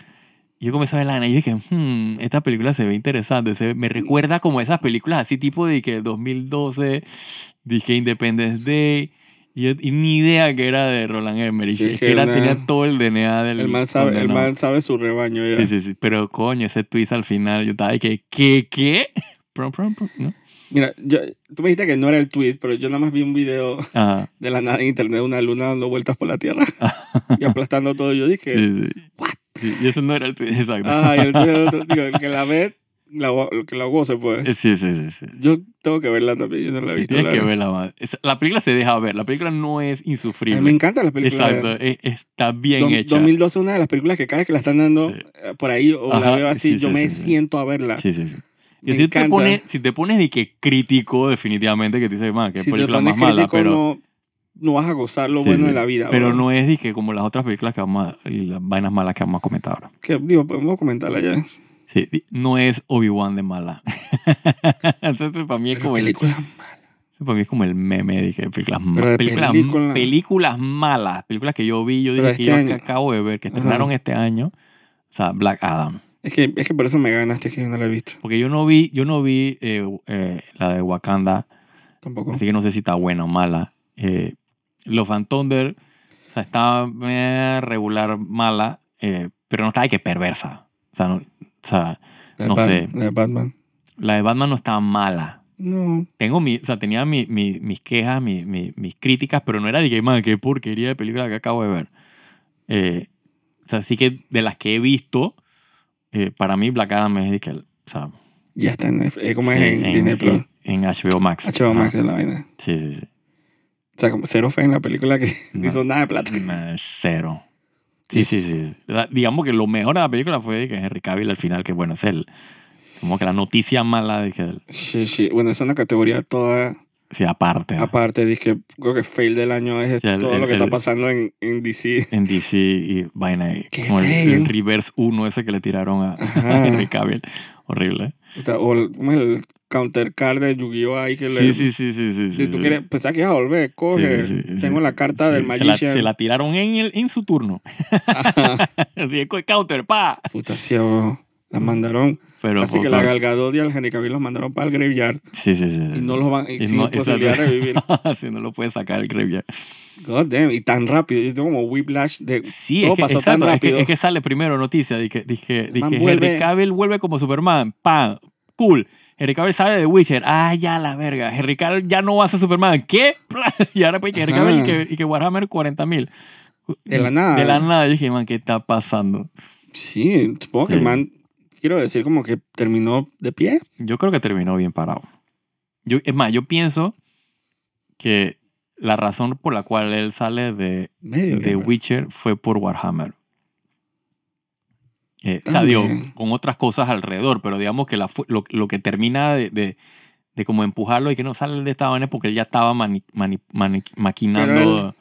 Y Yo comencé a verla vaina, y dije, hmm, esta película se ve interesante, se ve- me recuerda como esas películas así tipo de que 2012, dije Independence Day, y, y ni idea que era de Roland Emmerich, Sí, es que que era, una- tenía todo el DNA del... El man sabe, el condenado. man sabe su rebaño ya. Sí, sí, sí. Pero coño, ese twist al final, yo estaba de que, ¿qué? ¿Qué? Prom, prom, prom, ¿no? Mira, yo, tú me dijiste que no era el tweet, pero yo nada más vi un video Ajá. de la nada en internet, una luna dando vueltas por la Tierra y aplastando todo. Yo dije, Sí, sí. Sí, Y eso no era el tweet, exacto. ah, y el tweet del otro, digo, el que la ve, la, go- el que la goce, pues. Eh, Sí, sí, sí. sí. Yo tengo que verla también, yo no la he Sí, visto. tienes que la- verla más. Es- La película se deja ver. La película no es A mí me insufrible. encantan las películas. Exacto. es- está bien Dom- hecha. 2012 una de las películas que cada vez que la están dando Sí. eh, por ahí o la Ajá, veo así, sí, yo sí, me sí, sí. siento a verla. Sí, sí, sí. Y Me si, encanta. te pones, si te pones de que crítico, definitivamente, que te dices, man, que si te película pones más crítico, mala, pero, no, no vas a gozar lo Sí, bueno sí. de la vida. pero bro. no es dije como las otras películas que vamos a- y las vainas malas que vamos a comentar ahora. Que, digo, podemos comentarla ya. Sí, di- no es Obi-Wan de mala. Entonces, para mí es Pero como el, película, para mí es como el meme de que películas, ma- Pero de películas, película. películas malas, películas que yo vi, yo Pero dije este que yo año. acabo de ver, que Ajá. estrenaron este año, o sea, Black Adam. Es que, es que por eso me ganaste que yo no la he visto Porque yo no vi, yo no vi eh, eh, la de Wakanda, tampoco. Así que no sé si está buena o mala. Eh, Love and Thunder, o sea, está eh, regular, mala, eh, pero no está de que perversa. O sea, no, o sea, La de no Bat- sé. La de Batman. la de Batman no está mala. No. Tengo mi, o sea, tenía mi- mi- mis quejas, mi- mi- mis críticas, pero no era de que, man, qué porquería de película que acabo de ver. Eh, o sea, así que de las que he visto, eh, para mí Black Adam es de que, o sea, Ya está en Netflix. Eh, ¿Cómo es sí, en, Disney Plus? en HBO Max. HBO Ajá. Max es la vaina. Sí, sí, sí. O sea, como cero fe en la película que no No. hizo nada de plata. Nah, Mm, eh, Cero. Sí, sí, sí. La- Digamos que lo mejor de la película fue de que Henry Cavill al final, que bueno, es él. Como que la noticia mala de que Sí, sí. Bueno, es una categoría toda sí, aparte. aparte. Dije, creo que fail del año es Sí, el- todo lo que el- está el- pasando en, en DC. En DC y vaina. y Qué Como el, feo. el Reverse 1 ese que le tiraron a, Ajá. a Henry Cavill. Horrible. Está- O el, ¿cómo es el counter card de Yu-Gi-Oh! ahí que le. Sí, sí, sí, sí, sí. Si sí, tú sí. quieres, pensás que ibas a volver, coge. Sí, sí, sí. Tengo la carta Sí, del se la, Magician. se la tiraron en, el, en su turno. Ajá. Así es, counter, pa. Puta, sí, oh, la mandaron. Pero, Así que por- la Galgadot y el Henry Cavill los mandaron para el graveyard Sí, sí, sí. y no los van y Y sin no- posibilidad de exacto. revivir. Si no lo puede sacar el graveyard. God damn, y tan rápido. Yo tengo como whiplash de Sí, todo es que, pasó tan exacto, es que- rápido. es que sale primero noticia. Dije, dije, man dije vuelve. Henry Cavill vuelve como Superman. ¡Pam! Cool. Henry Cavill sale de Witcher. ¡Ah, ya la verga! Henry Cavill ya no va a ser Superman. ¿Qué? Y ahora pues que Henry Ajá. Cavill y que, y que Warhammer 40.000. De la nada. De la nada. Yo dije, man, ¿qué está pasando? Sí, supongo que el Sí. man, quiero decir, como que terminó de pie. Yo creo que terminó bien parado. Yo, es más, yo pienso que la razón por la cual él sale de, Medio. de bien, Witcher fue por Warhammer. Eh, o sea, digo, También. con otras cosas alrededor, pero digamos que la fu- lo, lo que termina de, de, de como empujarlo y que no sale de esta vaina es porque él ya estaba mani- mani- mani- Pero maquinando,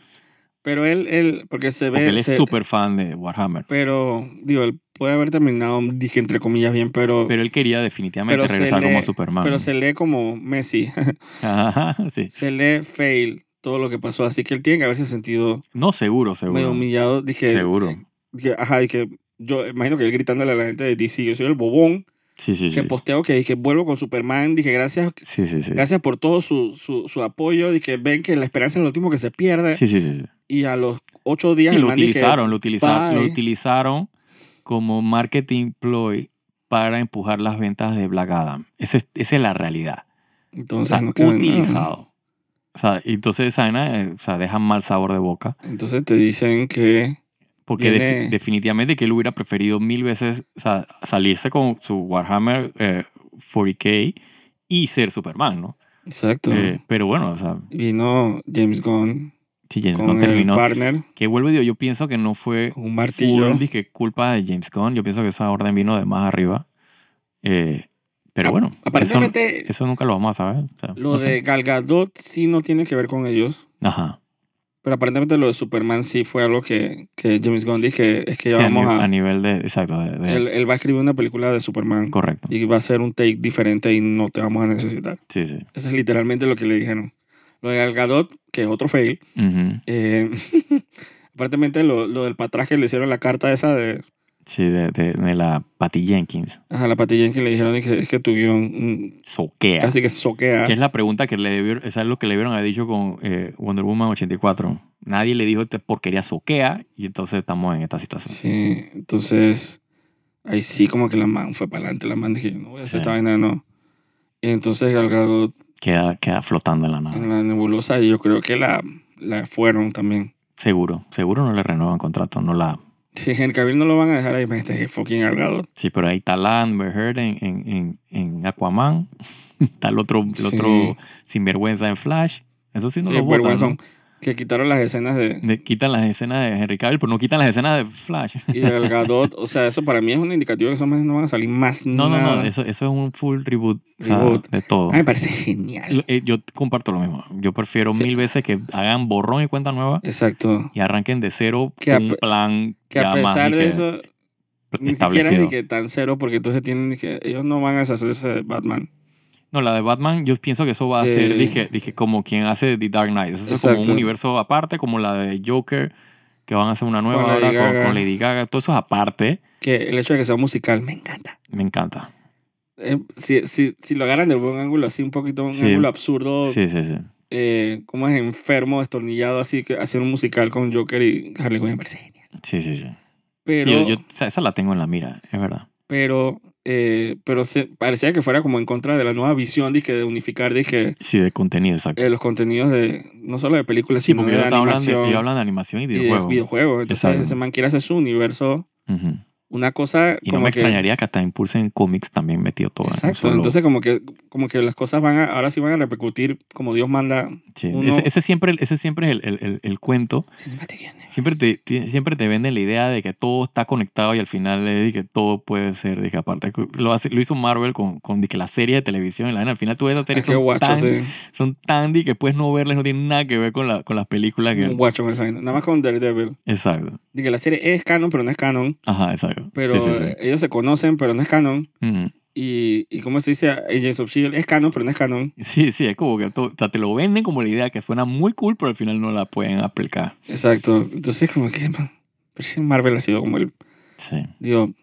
Pero él, él, porque se porque ve. él es se- súper fan de Warhammer. pero, digo, él puede haber terminado, dije entre comillas bien, pero. Pero él quería definitivamente pero se regresar le- como Superman. pero se lee como Messi. Ajá, sí. se lee fail todo lo que pasó. Así que él tiene que haberse sentido No, seguro, medio seguro. humillado. Dije, Seguro. dije, ajá, dije, yo imagino que él gritándole a la gente de DC, yo soy el bobón Sí, sí, sí. que posteo que dije, vuelvo con Superman. Dije, gracias, Sí, sí, sí. gracias por todo su, su, su apoyo. Dije, ven que la esperanza es lo último que se pierde. Sí, sí, sí. sí. Y a los ocho días Sí, el lo man dije, utilizaron, lo utilizaron, lo "Bye". utilizaron como marketing ploy para empujar las ventas de Black Adam. Esa es, esa es la realidad. O entonces sea, no queda nada. utilizado. O sea, y entonces esa vaina, eh, o sea, deja mal sabor de boca. Entonces te dicen que Porque defi- Viene- definitivamente que él hubiera preferido mil veces o sea, salirse con su Warhammer eh, 40k y ser Superman, ¿no? exacto. Eh, pero bueno, o sea, Vino James Gunn si James con Gunn el terminó. partner, Que vuelvo y digo, yo pienso que no fue con un martillo. full disque culpa de James Gunn. Yo pienso que esa orden vino de más arriba. Eh, pero bueno, eso, Ah, Aparentemente eso nunca lo vamos a saber. o sea, Lo no de sé. Gal Gadot sí no tiene que ver con ellos. Ajá. Pero aparentemente lo de Superman sí fue algo que, que James Gunn dijo que es que Sí, a, vamos ni- a a... nivel de. Exacto. de- de- Él, él va a escribir una película de Superman correcto. y va a ser un take diferente y no te vamos a necesitar. Sí, sí. Eso es literalmente lo que le dijeron. Lo de Gal Gadot, que es otro fail. Ujú. eh, aparentemente lo, lo del patraje le hicieron la carta esa de... Sí, de, de- de la Patty Jenkins. Ajá, la patilla en que le dijeron que es que tu guión mm, Soquea. casi que soquea. Que es la pregunta que le debieron. Esa es lo que le debieron haber dicho con eh, Wonder Woman 84. Nadie le dijo esta porquería soquea y entonces estamos en esta situación. Sí, entonces ahí sí como que la man fue para adelante, la man dije, yo no voy a hacer Sí. esta vaina, no. Y entonces Gal Gadot Queda, queda flotando en la nada. en la nebulosa y yo creo que la, la fueron también. Seguro, seguro no le renuevan contrato, no la... Si en el Cavill no lo van a dejar ahí, este es fucking Gal Gadot. Sí, pero ahí está la Amber Heard en, en, en, en Aquaman, está el otro, el Sí. otro sinvergüenza en Flash, eso sí no Sí, lo botan, vergüenzón. ¿no? Que quitaron las escenas de, De- Quitan las escenas de Henry Cavill, pero no quitan las escenas de Flash. y de Gal Gadot. o sea, eso para mí es un indicativo de que esos manes no van a salir más No, no, nada. no, eso, eso es un full reboot, o sea, Reboot. de todo. Ah, me parece genial. Lo- eh, Yo comparto lo mismo. Yo prefiero Sí. mil veces que hagan borrón y cuenta nueva Exacto. y arranquen de cero Que a con un pe- plan Que a ya más pesar ni de que eso, ni siquiera establecido. ni que tan cero, porque entonces tienen ni que. Ellos no van a deshacerse de Batman. No, la de Batman, yo pienso que eso va a De- ser, dije, dije, como quien hace The Dark Knight. Eso es como un Exacto. universo aparte, como la de Joker, que van a hacer una nueva Con ahora Lady con- Gaga. con, Lady Gaga. Todo eso es aparte. Que el hecho de que sea musical me encanta. Me encanta. Eh, si, si, si lo agarran de un ángulo así, un poquito, un Sí. ángulo absurdo, Sí, sí, sí. eh, como es enfermo, destornillado, así que hacer un musical con Joker y Harley Quinn me parece genial. Sí, sí, sí. Sí, Pero, yo- yo- o sea, esa la tengo en la mira, es verdad. pero, eh, pero se, parecía que fuera como en contra de la nueva visión dizque, de unificar dizque, Sí, de contenido, exacto. eh, los contenidos de no solo de películas, sí, sino porque de ellos hablan de, animación ellos hablan de animación y y de videojuegos. videojuegos. Entonces, Exacto. ese man quiere hacer su universo. Ujú. Una cosa Y no como me que- extrañaría que hasta impulsen cómics también metido todo. en un Exacto. solo- Entonces, como que, como que las cosas van a, ahora sí van a repercutir como Dios manda. Sí, uno- ese, ese siempre, ese siempre es el, el- el- el cuento. Cinematic Universe. Siempre te, ti- siempre te venden la idea de que todo está conectado y al final es de que todo puede ser. De que aparte que lo, hace- lo hizo Marvel con, con de que la serie de televisión. y La, vaina. al final tú ves la Ah, serie qué son, guacho, tan, sí. son tan de que puedes no verlas, no tienen nada que ver con, la, con las películas. Que, Un guacho con esa vaina. Nada más con Daredevil. Exacto. Dije, la serie es canon, pero no es canon. Ajá, exacto. Pero Sí, sí, sí. eh, ellos se conocen, pero no es canon. Ujú. Y, y ¿cómo se dice? Agents of S.H.I.E.L.D. E es canon, pero no es canon. Sí, sí, es como que todo- o sea, te lo venden como la idea que suena muy cool, pero al final no la pueden aplicar. Exacto. Entonces, como que... man, Pero si Marvel ha sido como el... Sí. Digo,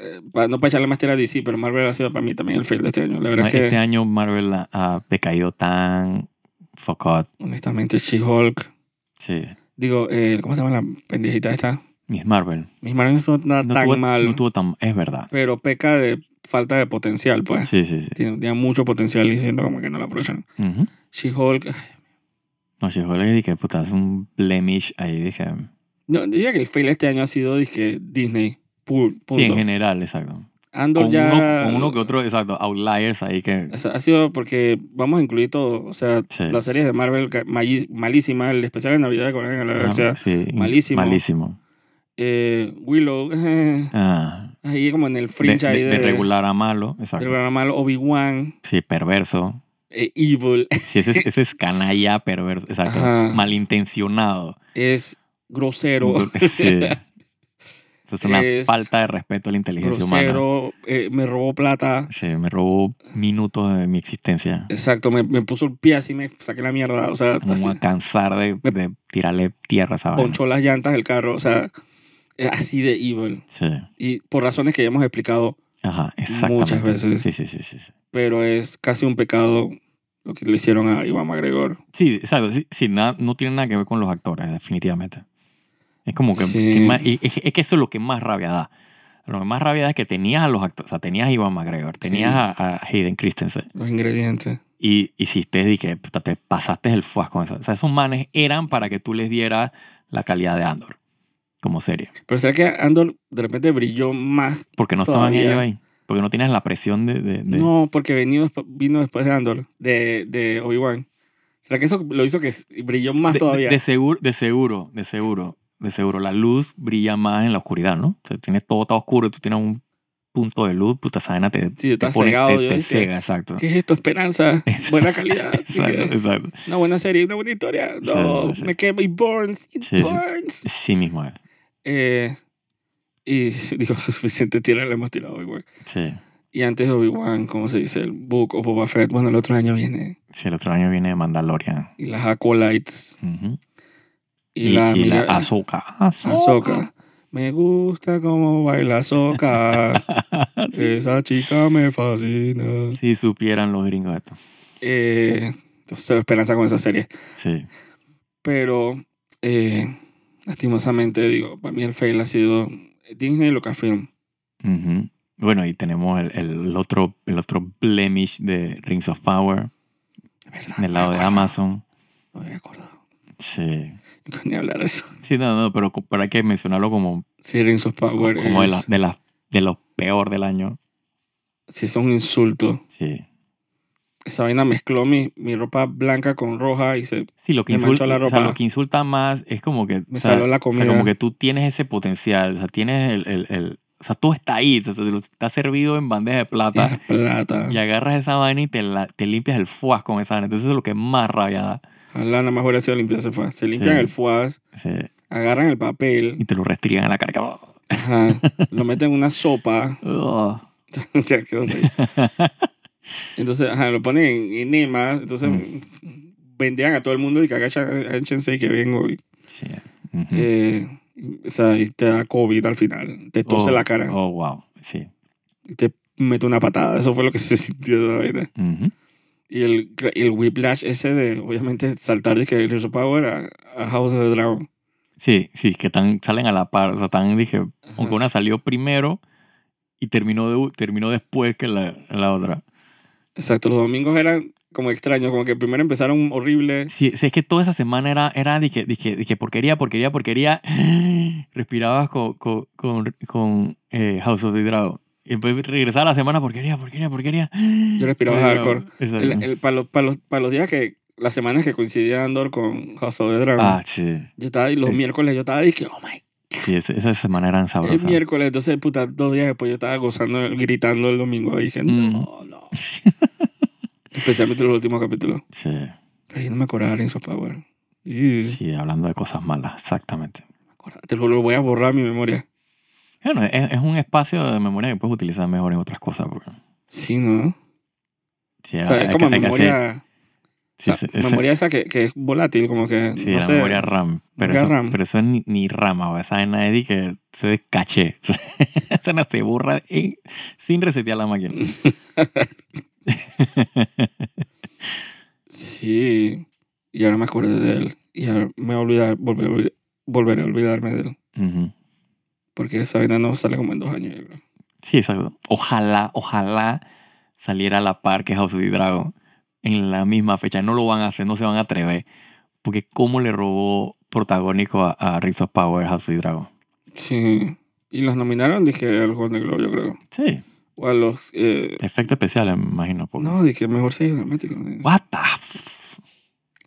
eh, pa- no para echarle más tierra a DC, pero Marvel ha sido para mí también el fail de este año. La verdad Ma- es que, Este año Marvel ha, ha decaído tan fuck out. honestamente, She-Hulk... Sí. Digo, eh, ¿cómo se llama la pendejita esta? Miss Marvel. Mis manos no son nada No tan tuvo, mal, no tuvo tan. Es verdad. pero peca de falta de potencial, pues. Sí, sí, sí. Tiene, tiene mucho potencial y siento como que no lo aprovechan. Ujú. She-Hulk... ay, No, she le dije, puta, es un blemish ahí, dije. No, diría que el fail este año ha sido dizque, Disney. Pu- Sí, en punto. general, exacto. Andor Con uno, ya... con uno que otro, exacto, outliers ahí que. O sea, ha sido porque vamos a incluir todo. O sea, Sí. las series de Marvel ca- mali- malísima, el especial de Navidad de Guardianes de la Galaxia, sí, Eh, malísimo. Malísimo. eh, Willow, eh, Ah, ahí como en el de, fringe ahí de- de, de regular a malo, de exacto. regular malo, Obi-Wan, Sí, perverso. eh, Evil, Sí, ese, es- ese es canalla perverso, exacto. Ajá. Malintencionado. es grosero, Sí. Eso es una Es falta de respeto a la inteligencia humana. grosero, eh, me robó plata. Sí, me robó minutos de mi existencia. Exacto, me, me puso el pie así, me saqué la mierda. O sea, No me así, voy a cansar de, de tirarle tierra a esa vaina. ponchó las llantas del carro. O sea, eh, así de Evil. Sí. Y por razones que ya hemos explicado, Ajá, exactamente. Muchas veces. Sí, sí, sí, sí. sí. pero es casi un pecado lo que le hicieron a Iván McGregor. Sí, exacto. Sí, sí, nada, no tiene nada que ver con los actores, definitivamente. Es como que... Sí. que más- y- es, es que eso es lo que más rabia da. Lo que más rabia da es que tenías a los actores, o sea, tenías a Ivan McGregor, tenías Sí. a, a Hayden Christensen Los ingredientes. y hiciste y que puta, te pasaste el fuas con eso. O sea, esos manes eran para que tú les dieras la calidad de Andor como serie. Pero será que Andor de repente brilló más. Porque no Todavía. estaban ellos ahí. Porque no tienes la presión de... de- de- No, porque venido, desp- vino después de Andor, de, de Obi-Wan. ¿Será que eso lo hizo que s- brilló más de, Ah, todavía? de- de seguro, de seguro, de seguro, de seguro. La luz brilla más en la oscuridad, ¿no? O sea, tienes todo está oscuro, tú tienes un punto de luz, puta esa vaina te, Sí, estás te pone- cegado, te- yo te decía, cega, exacto. ¿Qué es esto? Esperanza. Exacto. Buena calidad. sí, Exacto, exacto. Una buena serie, una buena historia. No, Sí, sí, sí. me quema y burns. It Sí, sí. burns. Sí mismo es. Eh, y digo, suficiente tierra le hemos tirado a Obi-Wan. Sí. Y antes de Obi-Wan, ¿cómo se dice? El Book of Boba Fett. Bueno, el otro año viene. Sí, el otro año viene Mandalorian. Y las Acolytes. Ujú. Y, la amiga Ahsoka. Ahsoka. Me gusta cómo baila Ahsoka. Esa chica me fascina. Si supieran los gringos esto. Eh, entonces, esperanza con esa serie. Sí. pero eh, lastimosamente digo, para mí el fail ha sido Disney y Lucasfilm. Ujú. Bueno, y tenemos el, el otro, el otro blemish de Rings of Power, Verdad, del lado me de acuerdo, Amazon. No me acuerdo. Sí. Nunca Ni hablar de eso. Sí, no, no, pero, co- pero hay que mencionarlo como, Sí, Rings of Power. como de, es- la- de, la- de lo peor del año. sí, es un insulto. Sí. Esa vaina mezcló mi, mi ropa blanca con roja y se. Sí, lo que, Me manchó insulta, la o sea, ropa. lo que insulta más es como que. Me o sea, salió la o sea, comida. como que tú tienes ese potencial, o sea, tienes el. el- el- o sea, todo está ahí, o sea, te lo- está servido en bandeja de plata. Tierra plata. Y agarras esa vaina y te, la- te limpias el fuas con esa vaina. Entonces, eso es lo que es más rabia da. Ojalá nada más hubiera sido limpiarse fue. Se limpian Sí. el fuaz, Sí. agarran el papel, Y te lo restrigan en la cara. como, ajá, lo meten en una sopa. ugh. o sea, que no sé. Entonces, ajá, lo ponen en enema. Entonces, Mm. vendían a todo el mundo y que agacha- agáchense y que vengo. y, Sí. Ujú. eh, o sea, y te da COVID al final. Te tose Oh, la cara Oh, wow. Sí. y te mete una patada. Eso fue lo que se sintió esa vaina. Ujú. Y el, el whiplash ese de, obviamente, saltar de que el Rizzo Power a, a House of the Dragon. Sí, sí, que tan, salen a la par. O sea, tan, dije, aunque una salió primero y terminó, de, terminó después que la, la otra. Exacto, los domingos eran como extraños, como que primero empezaron horrible. Si, si es que toda esa semana era, era dije, dije, dije, porquería, porquería, porquería. Respirabas con, con, con, con, eh, House of the Dragon. Y después regresaba la semana, porquería, porquería, porquería. Yo respiraba Pero- hardcore. Exacto. El, para, los, pa' los, pa' los días que, las semanas que coincidía Andor con House of the Dragon, ah, sí. yo estaba, y los Sí. miércoles yo estaba, dije, oh my, Sí, es- esas semanas eran es sabrosas. miércoles, entonces, puta, dos días después yo estaba gozando, gritando el domingo, diciendo, Mm. no, no. Especialmente los últimos capítulos. Sí, Pero yo no me acordaba de Rings of Power. Y, sí, hablando de cosas malas, exactamente. me acordaba. Te lo, lo voy a borrar de mi memoria. Bueno, es, es un espacio de memoria que puedes utilizar mejor en otras cosas. Porque, Sí, ¿no? sí, O sea, es hay que- como hay que hacer- memoria, sí, o sí, sea, ese- memoria esa que, que es volátil, como que, sí, no la sé, memoria RAM. Pero memoria eso, RAM. pero eso es ni, ni rama, o esa es nadie que se caché. Esa no se borra en- sin resetear la máquina. sí, y ahora me acuerdo de él, y ahora me voy a olvidar, volver, volveré a olvidarme de él, Ujú. porque esa vaina no sale como en dos años, yo creo. Sí, exacto. Ojalá, ojalá saliera a la par que House of the Dragon en la misma fecha. No lo van a hacer, no se van a atrever. Porque cómo le robó protagónico a, a Rings of Power House of the Dragon. Sí, y los nominaron, dije, al Golden Globe, yo creo, Sí, o a los, eh, efecto especial, me imagino. porque- no, dije, mejor serie dramática, ¿no? What the f-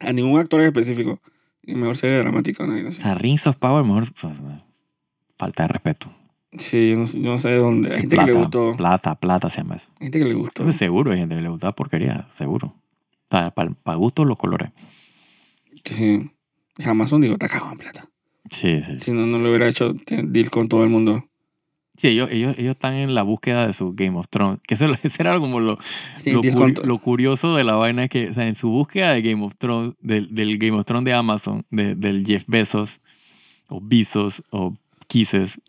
a ningún actor en específico, y mejor serie dramática, ¿no? Y no O sé. sea, Rings of Power, mejor... pues, Falta de respeto. sí, yo no, sé- yo no sé de dónde, hay Sí, gente que le gustó, Plata, plata se llama eso. hay gente que le gustó, Entonces, seguro hay gente que le gusta porquería, seguro. Para gusto los colores. sí, jamás un digo, está cagado en plata. Sí, sí. Si no, no lo hubiera hecho te- deal con todo el mundo. Sí, ellos, ellos, ellos están en la búsqueda de su Game of Thrones. Que eso, eso era como lo, Sí, lo, deal curi- con- lo curioso de la vaina es que o sea, en su búsqueda de Game of Thrones, del, del Game of Thrones de Amazon, de- del Jeff Bezos, o Bezos, o Kisses,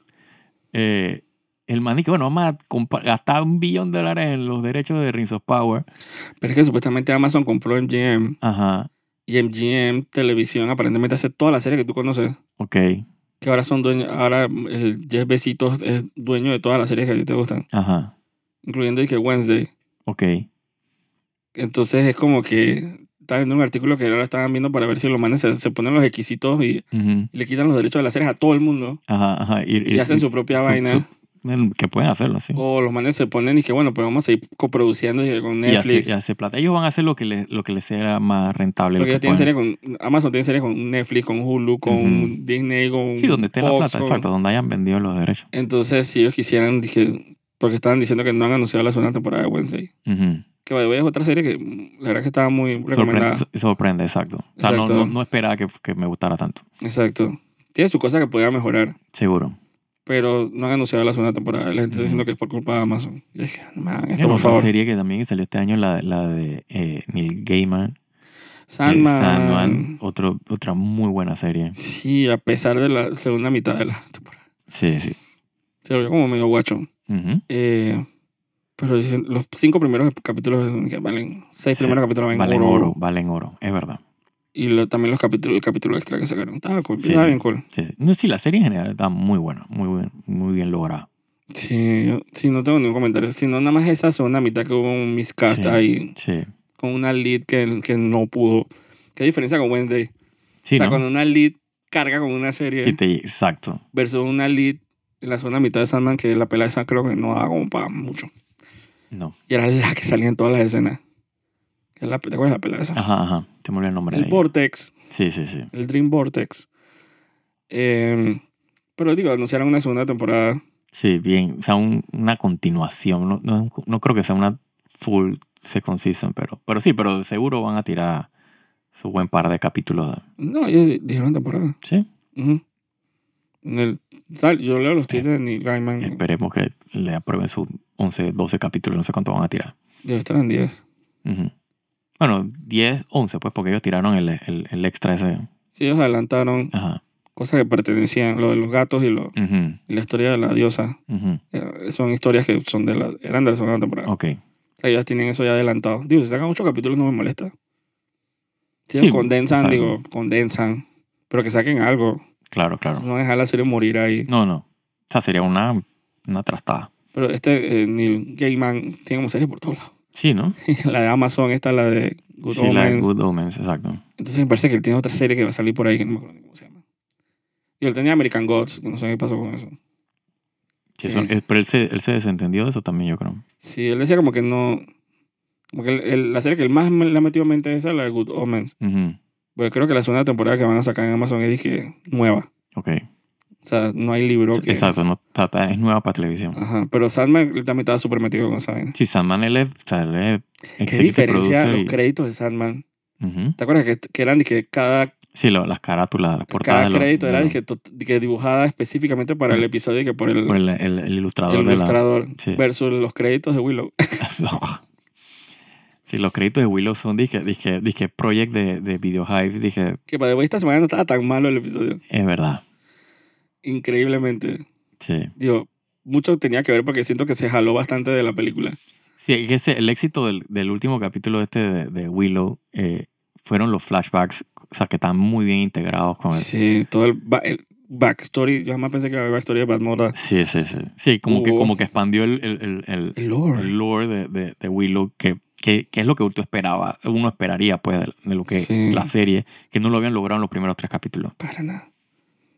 eh, el man dice, bueno, vamos a compa- gastar un billón de dólares en los derechos de Rings of Power. Pero es que supuestamente Amazon compró MGM Ajá, y MGM Televisión aparentemente hace toda la serie que tú conoces. ok, Que ahora son dueños, ahora el Jeff Besitos es dueño de todas las series que a ti te gustan, ajá, incluyendo el que Wednesday. ok. Entonces es como que estaba viendo un artículo que ahora estaban viendo para ver si los manes se, se ponen los exquisitos y ujú, le quitan los derechos de las series a todo el mundo Ajá, ajá. y, hacen su propia su- vaina. su- que pueden hacerlo, sí. O los manes se ponen y que bueno, pues vamos a seguir coproduciendo y que con y hace, Netflix. y hace plata. Ellos van a hacer lo que les, lo que les sea más rentable. lo Porque que ellos tienen puedan. series con. Amazon tiene series con Netflix, con Hulu, con Ujú. Disney, con. Sí, donde esté la Fox, plata, con- exacto, donde hayan vendido los derechos. Entonces, si ellos quisieran, dije. Porque estaban diciendo que no han anunciado la segunda temporada de Wednesday. Ujú. Que by the way, es otra serie que mm, la verdad que estaba muy recomendada. sorprende, so- sorprende, exacto. O sea, no, Exacto. no, no esperaba que, que me gustara tanto, Exacto. Tiene su cosa que podía mejorar, seguro. pero no han anunciado la segunda temporada. La gente está Ujú. diciendo que es por culpa de Amazon. Y dije, man, Mira, esto por otra favor. serie que también salió este año, la, la de eh, Neil Gaiman. de Sandman. Sandman, otro, otra muy buena serie. Sí, a pesar de la segunda mitad de la temporada. Sí, sí. Se volvió como medio guacho. Ujú. Eh, pero dicen, los cinco primeros capítulos que valen, seis Sí, primeros capítulos valen, Valen oro. oro, valen oro, es verdad. Y lo- también los capítulos, el capítulo extra que sacaron. Estaba cool, Sí, estaba sí. bien cool. Sí, sí. No, sí, la serie en general está muy buena, muy, buen- muy bien lograda. Sí, yo- sí, no tengo ningún comentario. Sino nada más esa segunda mitad que hubo un miscast Sí. ahí Sí. con una lead que, que no pudo. ¿Qué diferencia con Wednesday? Sí, o sea, ¿no? cuando una lead carga con una serie Sí, te- exacto. versus una lead en la segunda mitad de Sandman que la pelea de Sandman creo que no daba como para mucho. No. Y era la que salía en todas las escenas. Que es la- ¿Te acuerdas de la pelea de Sandman? Ajá, ajá. Te me olvidó el nombre. el de ella. Vortex, Sí, sí, sí. el Dream Vortex. Eh, pero digo, anunciaron una segunda temporada. Sí, bien. O sea, un- una continuación. No, no, no creo que sea una full second season, pero, pero sí, pero seguro van a tirar su buen par de capítulos. No, ellos di- dijeron temporada. Sí. Ujú. En el, sal- yo leo los tweets de Neil Gaiman. Esperemos que le aprueben sus 11, 12 capítulos. No sé cuánto van a tirar. Debe estar en 10. Ujú. Bueno, 10, 11, pues, porque ellos tiraron el, el, el extra ese. Sí, ellos adelantaron Ajá. cosas que pertenecían, lo de los gatos y, lo, Ujú, y la historia de la diosa. ujú. Era- Son historias que son de la, eran de la segunda temporada. Ok. O sea, ya tienen eso ya adelantado. Digo, si sacan ocho capítulos no me molesta. Si ellos Sí, condensan, exacto. digo, condensan. Pero que saquen algo. Claro, claro. No dejar la serie morir ahí. No, no. O sea, sería una, una trastada. Pero este eh, Neil Gaiman tiene como series por todos lados. Sí, ¿no? la de Amazon, esta la de Good sí, la de Omens. Good Omens, exacto. Entonces me parece que él tiene otra serie que va a salir por ahí que no me acuerdo ni cómo se llama. Y él tenía American Gods, que no sé qué pasó con eso. Sí, eso- Eh. es- pero él se, él se desentendió de eso también, yo creo. Sí, él decía como que no... Como que él- él- la serie que él más me- le ha metido mente es esa, la de Good Omens. Ujú. Porque creo que la segunda temporada que van a sacar en Amazon es dije, nueva. Ok. O sea, no hay libro que... Exacto, no, o sea, está- es nueva para televisión. Ajá, pero Sandman él también estaba súper metido con esa vaina. Sí, Sandman, él es, o sea, él es ¿Qué executive diferencia producer los y- créditos de Sandman? Ujú. ¿Te acuerdas que, que eran de que cada, Sí, lo- las carátulas, las portadas. cada de los- crédito de era de los- que, tot- de que dibujada específicamente para el episodio y que por el, por el, el- el ilustrador, el ilustrador sí. versus los créditos de Willow? de la... sí, los créditos de Willow son, dije, dije, dije, project de, de Video Hive, dije, que para esta semana no estaba tan malo el episodio. es verdad. Increíblemente. Sí. Digo, mucho tenía que ver porque siento que se jaló bastante de la película. Sí, es que ese- el éxito del, del último capítulo este de, de Willow eh, fueron los flashbacks, o sea, que están muy bien integrados con el... Sí, Sí, todo el, ba- el backstory. Yo jamás pensé que había backstory de Batmora. sí, sí. Sí, como, que, Hubo- como que expandió el, el, el- el- El lore. el lore de, de- de Willow, que, que, que es lo que tú esperaba, uno esperaría, pues, de, de lo que Sí. la serie, que no lo habían logrado en los primeros tres capítulos. Para nada.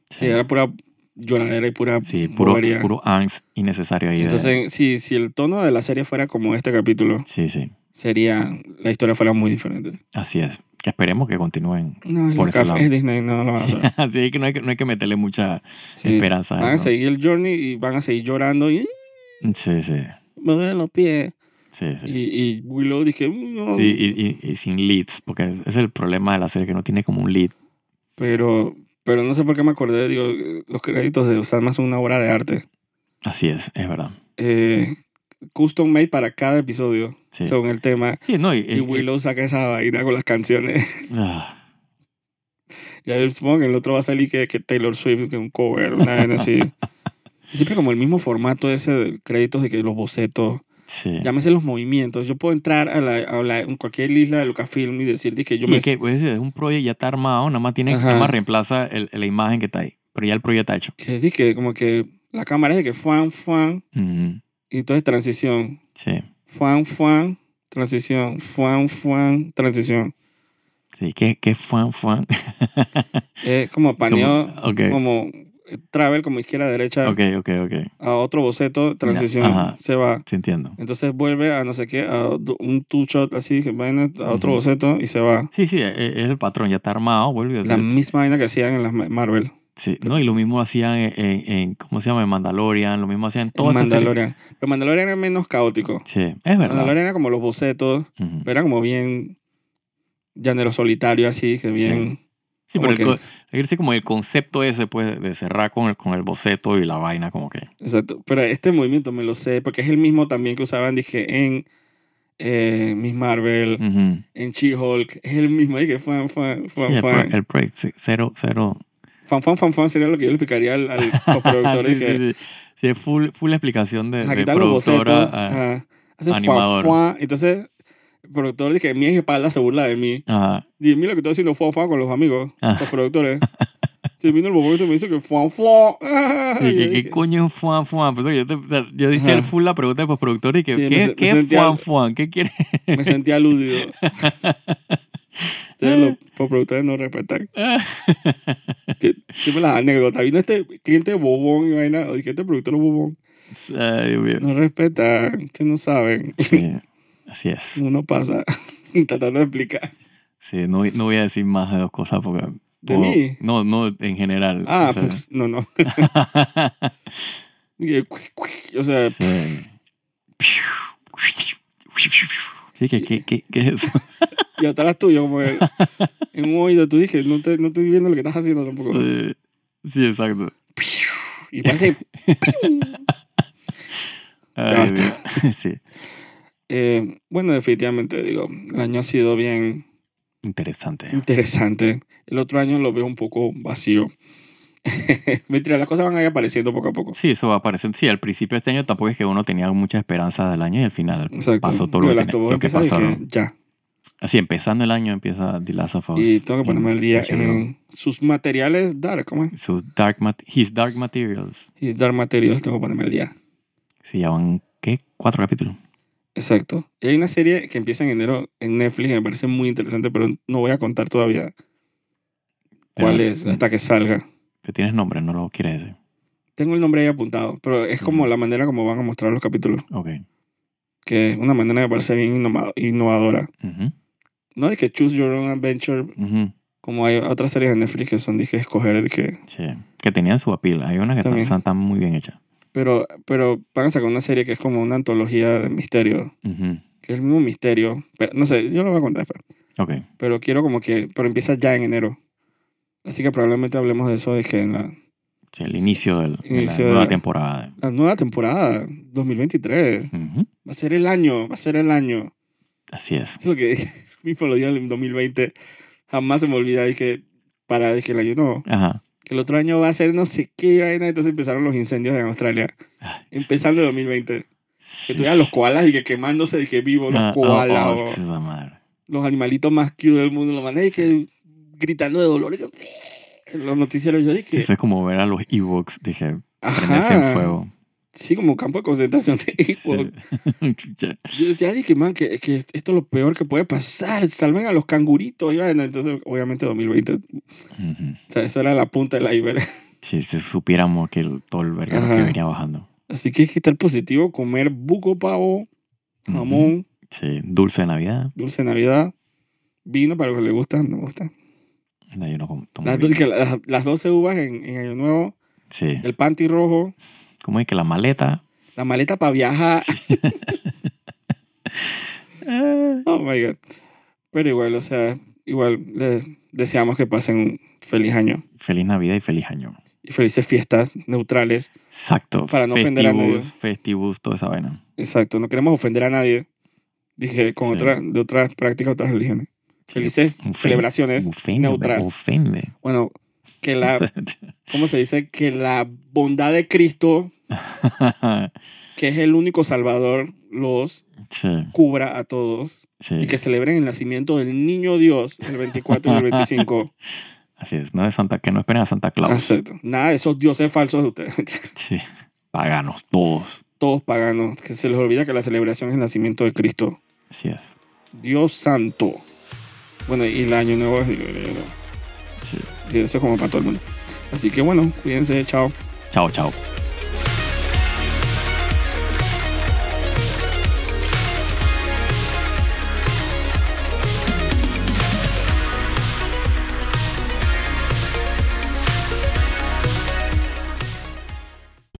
Sí, Sí, era pura lloradera y pura Sí, puro, bobería. puro angst innecesario ahí. de- Entonces, si, si el tono de la serie fuera como este capítulo, sí, sí, sería. La historia fuera muy diferente. así es. Que esperemos que continúen. No, es Por ese Lucas, lado. es Disney, no lo van a hacer. Así que no hay que, no hay que meterle mucha Sí. esperanza. a Van a eso. seguir el journey y van a seguir llorando y "Eh, Sí, sí, me duelen los pies. sí, sí. Y, y Willow dije, "Mm, no, Sí, y, y- y sin leads, porque ese es el problema de la serie, que no tiene como un lead. Pero, pero no sé por qué me acordé, digo, los créditos de Osama son una obra de arte. Así es, es verdad. Eh, custom made para cada episodio, Sí, Eh, según el tema. sí no, y, Y y- Willow saca esa vaina con las canciones. ah, ya yo supongo que el otro va a salir que, que Taylor Swift, que un cover, una vaina así. Siempre como el mismo formato ese de créditos de que los bocetos, sí. llámese los movimientos. Yo puedo entrar a, la, a la- en cualquier isla de Lucasfilm y decir que yo Sí, me... es que pues, es un proyecto ya está armado, nada más, tiene, Ajá. nada más reemplaza el- la imagen que está ahí, pero ya el proyecto está hecho. que dije, como que la cámara es de que fan, fan, Ujú, y entonces transición. sí, Fuan, fuan, transición. Fuan, fuan, transición. sí, que, que fan, fan. Es como paneo, Como- ok, como eh, travel, como izquierda, derecha, ok, ok, ok, a otro boceto, transición, ajá. se va. sí entiendo. Entonces vuelve a no sé qué, a do- un two-shot así, que vaina, a otro Ujú. boceto y se va. Sí, sí, es, es el patrón, ya está armado, vuelve. La misma vaina que hacían en las Ma- Marvel. Sí, no, y lo mismo hacían en, en- en- ¿cómo se llama? En Mandalorian, lo mismo hacían en En todas esas series. Mandalorian. Pero Mandalorian era menos caótico. Sí, es verdad. Mandalorian era como los bocetos, Ujú. pero era como bien llanero solitario así, que bien... Sí, Como pero el, que- co- es decir, como el concepto ese, pues, de cerrar con el, con el boceto y la vaina, como que. Exacto. Pero este movimiento me lo sé porque es el mismo también que usaban, dije, en eh, Miss Marvel, Ujú. en She-Hulk. Es el mismo. Dije, fan, fan, Sí, fan, el, pro- fan. el proyecto, sí, cero, cero. Fan, fan, fan, fan sería lo que yo le explicaría al, al coproductor. sí, dije, sí, sí. Sí, es full, full explicación de, "Ajá, de quitar los bocetos. productora. ah, a- ajá, hace fan, animador. fan. Entonces, el productor dije, mi espalda se burla de mí. ajá. Dije, mira lo que estoy haciendo, fan, fan con los amigos, Ah. los productores. Se vino el bobón y se me dice que fuan, fuan. Ah, Sí, y que, yo ¿Qué dije, coño es fuan fuan? Pues, yo, te- o sea, yo hice Ajá. el full la pregunta de postproductor y que, Sí, me ¿qué, se- me qué es sentía- fuan fuan? ¿Qué quiere? Me sentí aludido. Ustedes, los coproductores, no respetan. Que- Siempre las anécdotas. Vino este cliente bobón y vaina. Dije, este productor es bobón. Ay, Dios mío. No respetan. Ustedes no saben. Sí, así es. Uno pasa tratando de explicar. Sí, no, no voy a decir más de dos cosas porque... ¿De o- mí? No, no, en general. Ah, o sea, pues, no, no. Y el cuic, cuic, O sea, sí. Sí, que, ¿qué, qué, qué es eso? y atrás tuyo, como que en un oído tú dije, no, te, no estoy viendo lo que estás haciendo tampoco. Sí, sí, exacto. Y parece, Ya Ay, Dios. Sí, eh, bueno, definitivamente, digo, el año ha sido bien interesante. interesante. El otro año lo veo un poco vacío. Mientras las cosas van a ir apareciendo poco a poco. Sí, eso va a aparecer. Sí, al principio de este año tampoco es que uno tenía muchas esperanzas del año y al final Exacto. pasó todo lo Yo que, las tenía- tomo lo que empiezas y pasó. dije, ¿no? ya. Así, empezando el año empieza The Last of Us. Y tengo que ponerme al día HBO. en sus materiales Dark, ¿cómo es? Sus dark mat- His Dark Materials. Y Dark Materials tengo que ponerme al día. Se llaman, ¿qué? Cuatro capítulos. Exacto. Y hay una serie que empieza en enero en Netflix que me parece muy interesante, pero no voy a contar todavía Pero- mm, cuál es hasta que salga. Pero tienes nombre, no lo quieres decir. Tengo el nombre ahí apuntado, pero es como la manera como van a mostrar los capítulos, Ok. que es una manera que me parece bien innova- innovadora. Ujú, No es que choose your own adventure, ujú. como hay otras series de Netflix que son, dije, escoger el que... Sí. Que tenían su apil. Hay unas que están, También. están muy bien hechas. Pero, pero van a sacar una serie que es como una antología de misterio, Ujú. que es el mismo misterio, pero no sé, yo lo voy a contar después. Ok. Pero quiero como que, pero empieza ya en enero. Así que probablemente hablemos de eso, dije, en la... Sí, el inicio del- de la Inicio de nueva la- temporada. La nueva temporada, 2023. Ujú. Va a ser el año, va a ser el año. Así es. Es lo que mismo lo dije en el 2020. Jamás se me olvida. Dije, para, dije el año no. Ajá. Que el otro año va a ser no sé qué vaina. Entonces empezaron los incendios en Australia. Empezando en 2020. Que tuvieran los koalas y que quemándose, dije vivo los Ah, oh, koalas. oh, o sí, esa madre. los animalitos más cute del mundo. Los manes que gritando de dolor. y que- en los noticieros yo Sí, dije, Eso es como ver a los Ewoks, dije, prenderse en ajá. fuego. Sí, como campo de concentración de Ewoks. Sí. Chucha. Yo decía, dije, man, que, que esto es lo peor que puede pasar. Salven a los canguritos. Y vaina. entonces, obviamente, 2020. O Ujú. sea, eso era la punta del iceberg. Si si supiéramos que el, todo el verga Ajá. que venía bajando. Así que hay que estar positivo, comer buco, pavo, Ujú. jamón, Sí, dulce de Navidad. dulce de Navidad, vino para los que les gusta, no me gusta. No, yo no como- tomo Las, vino. que las, las 12 uvas en, en Año Nuevo, Sí. el panty rojo, ¿Cómo es que la maleta? la maleta para viajar. Oh my God. Pero igual, o sea, igual les deseamos que pasen un feliz año Feliz Navidad y feliz año. y felices fiestas neutrales. Exacto. Para no ofender a nadie. Festivus, toda esa vaina. Exacto, no queremos ofender a nadie. Dije, con Sí. otra, de otras prácticas, otras religiones. Sí, Felices ofen- celebraciones Ofende, neutras. ofende. Bueno, que la, ¿cómo se dice? Que la bondad de Cristo, que es el único salvador, los sí, cubra a todos. sí. Y que celebren el nacimiento del niño Dios el 24 y el 25. Así es. No de Santa, que no esperen a Santa Claus. Exacto. Nada de esos dioses falsos de ustedes. Sí. Paganos, todos. Todos paganos. Que se les olvida que la celebración es el nacimiento de Cristo. Así es. Dios santo. Bueno, y el año nuevo es... Sí. Sí, eso es como para todo el mundo. Así que bueno, cuídense, chao. Chao, chao.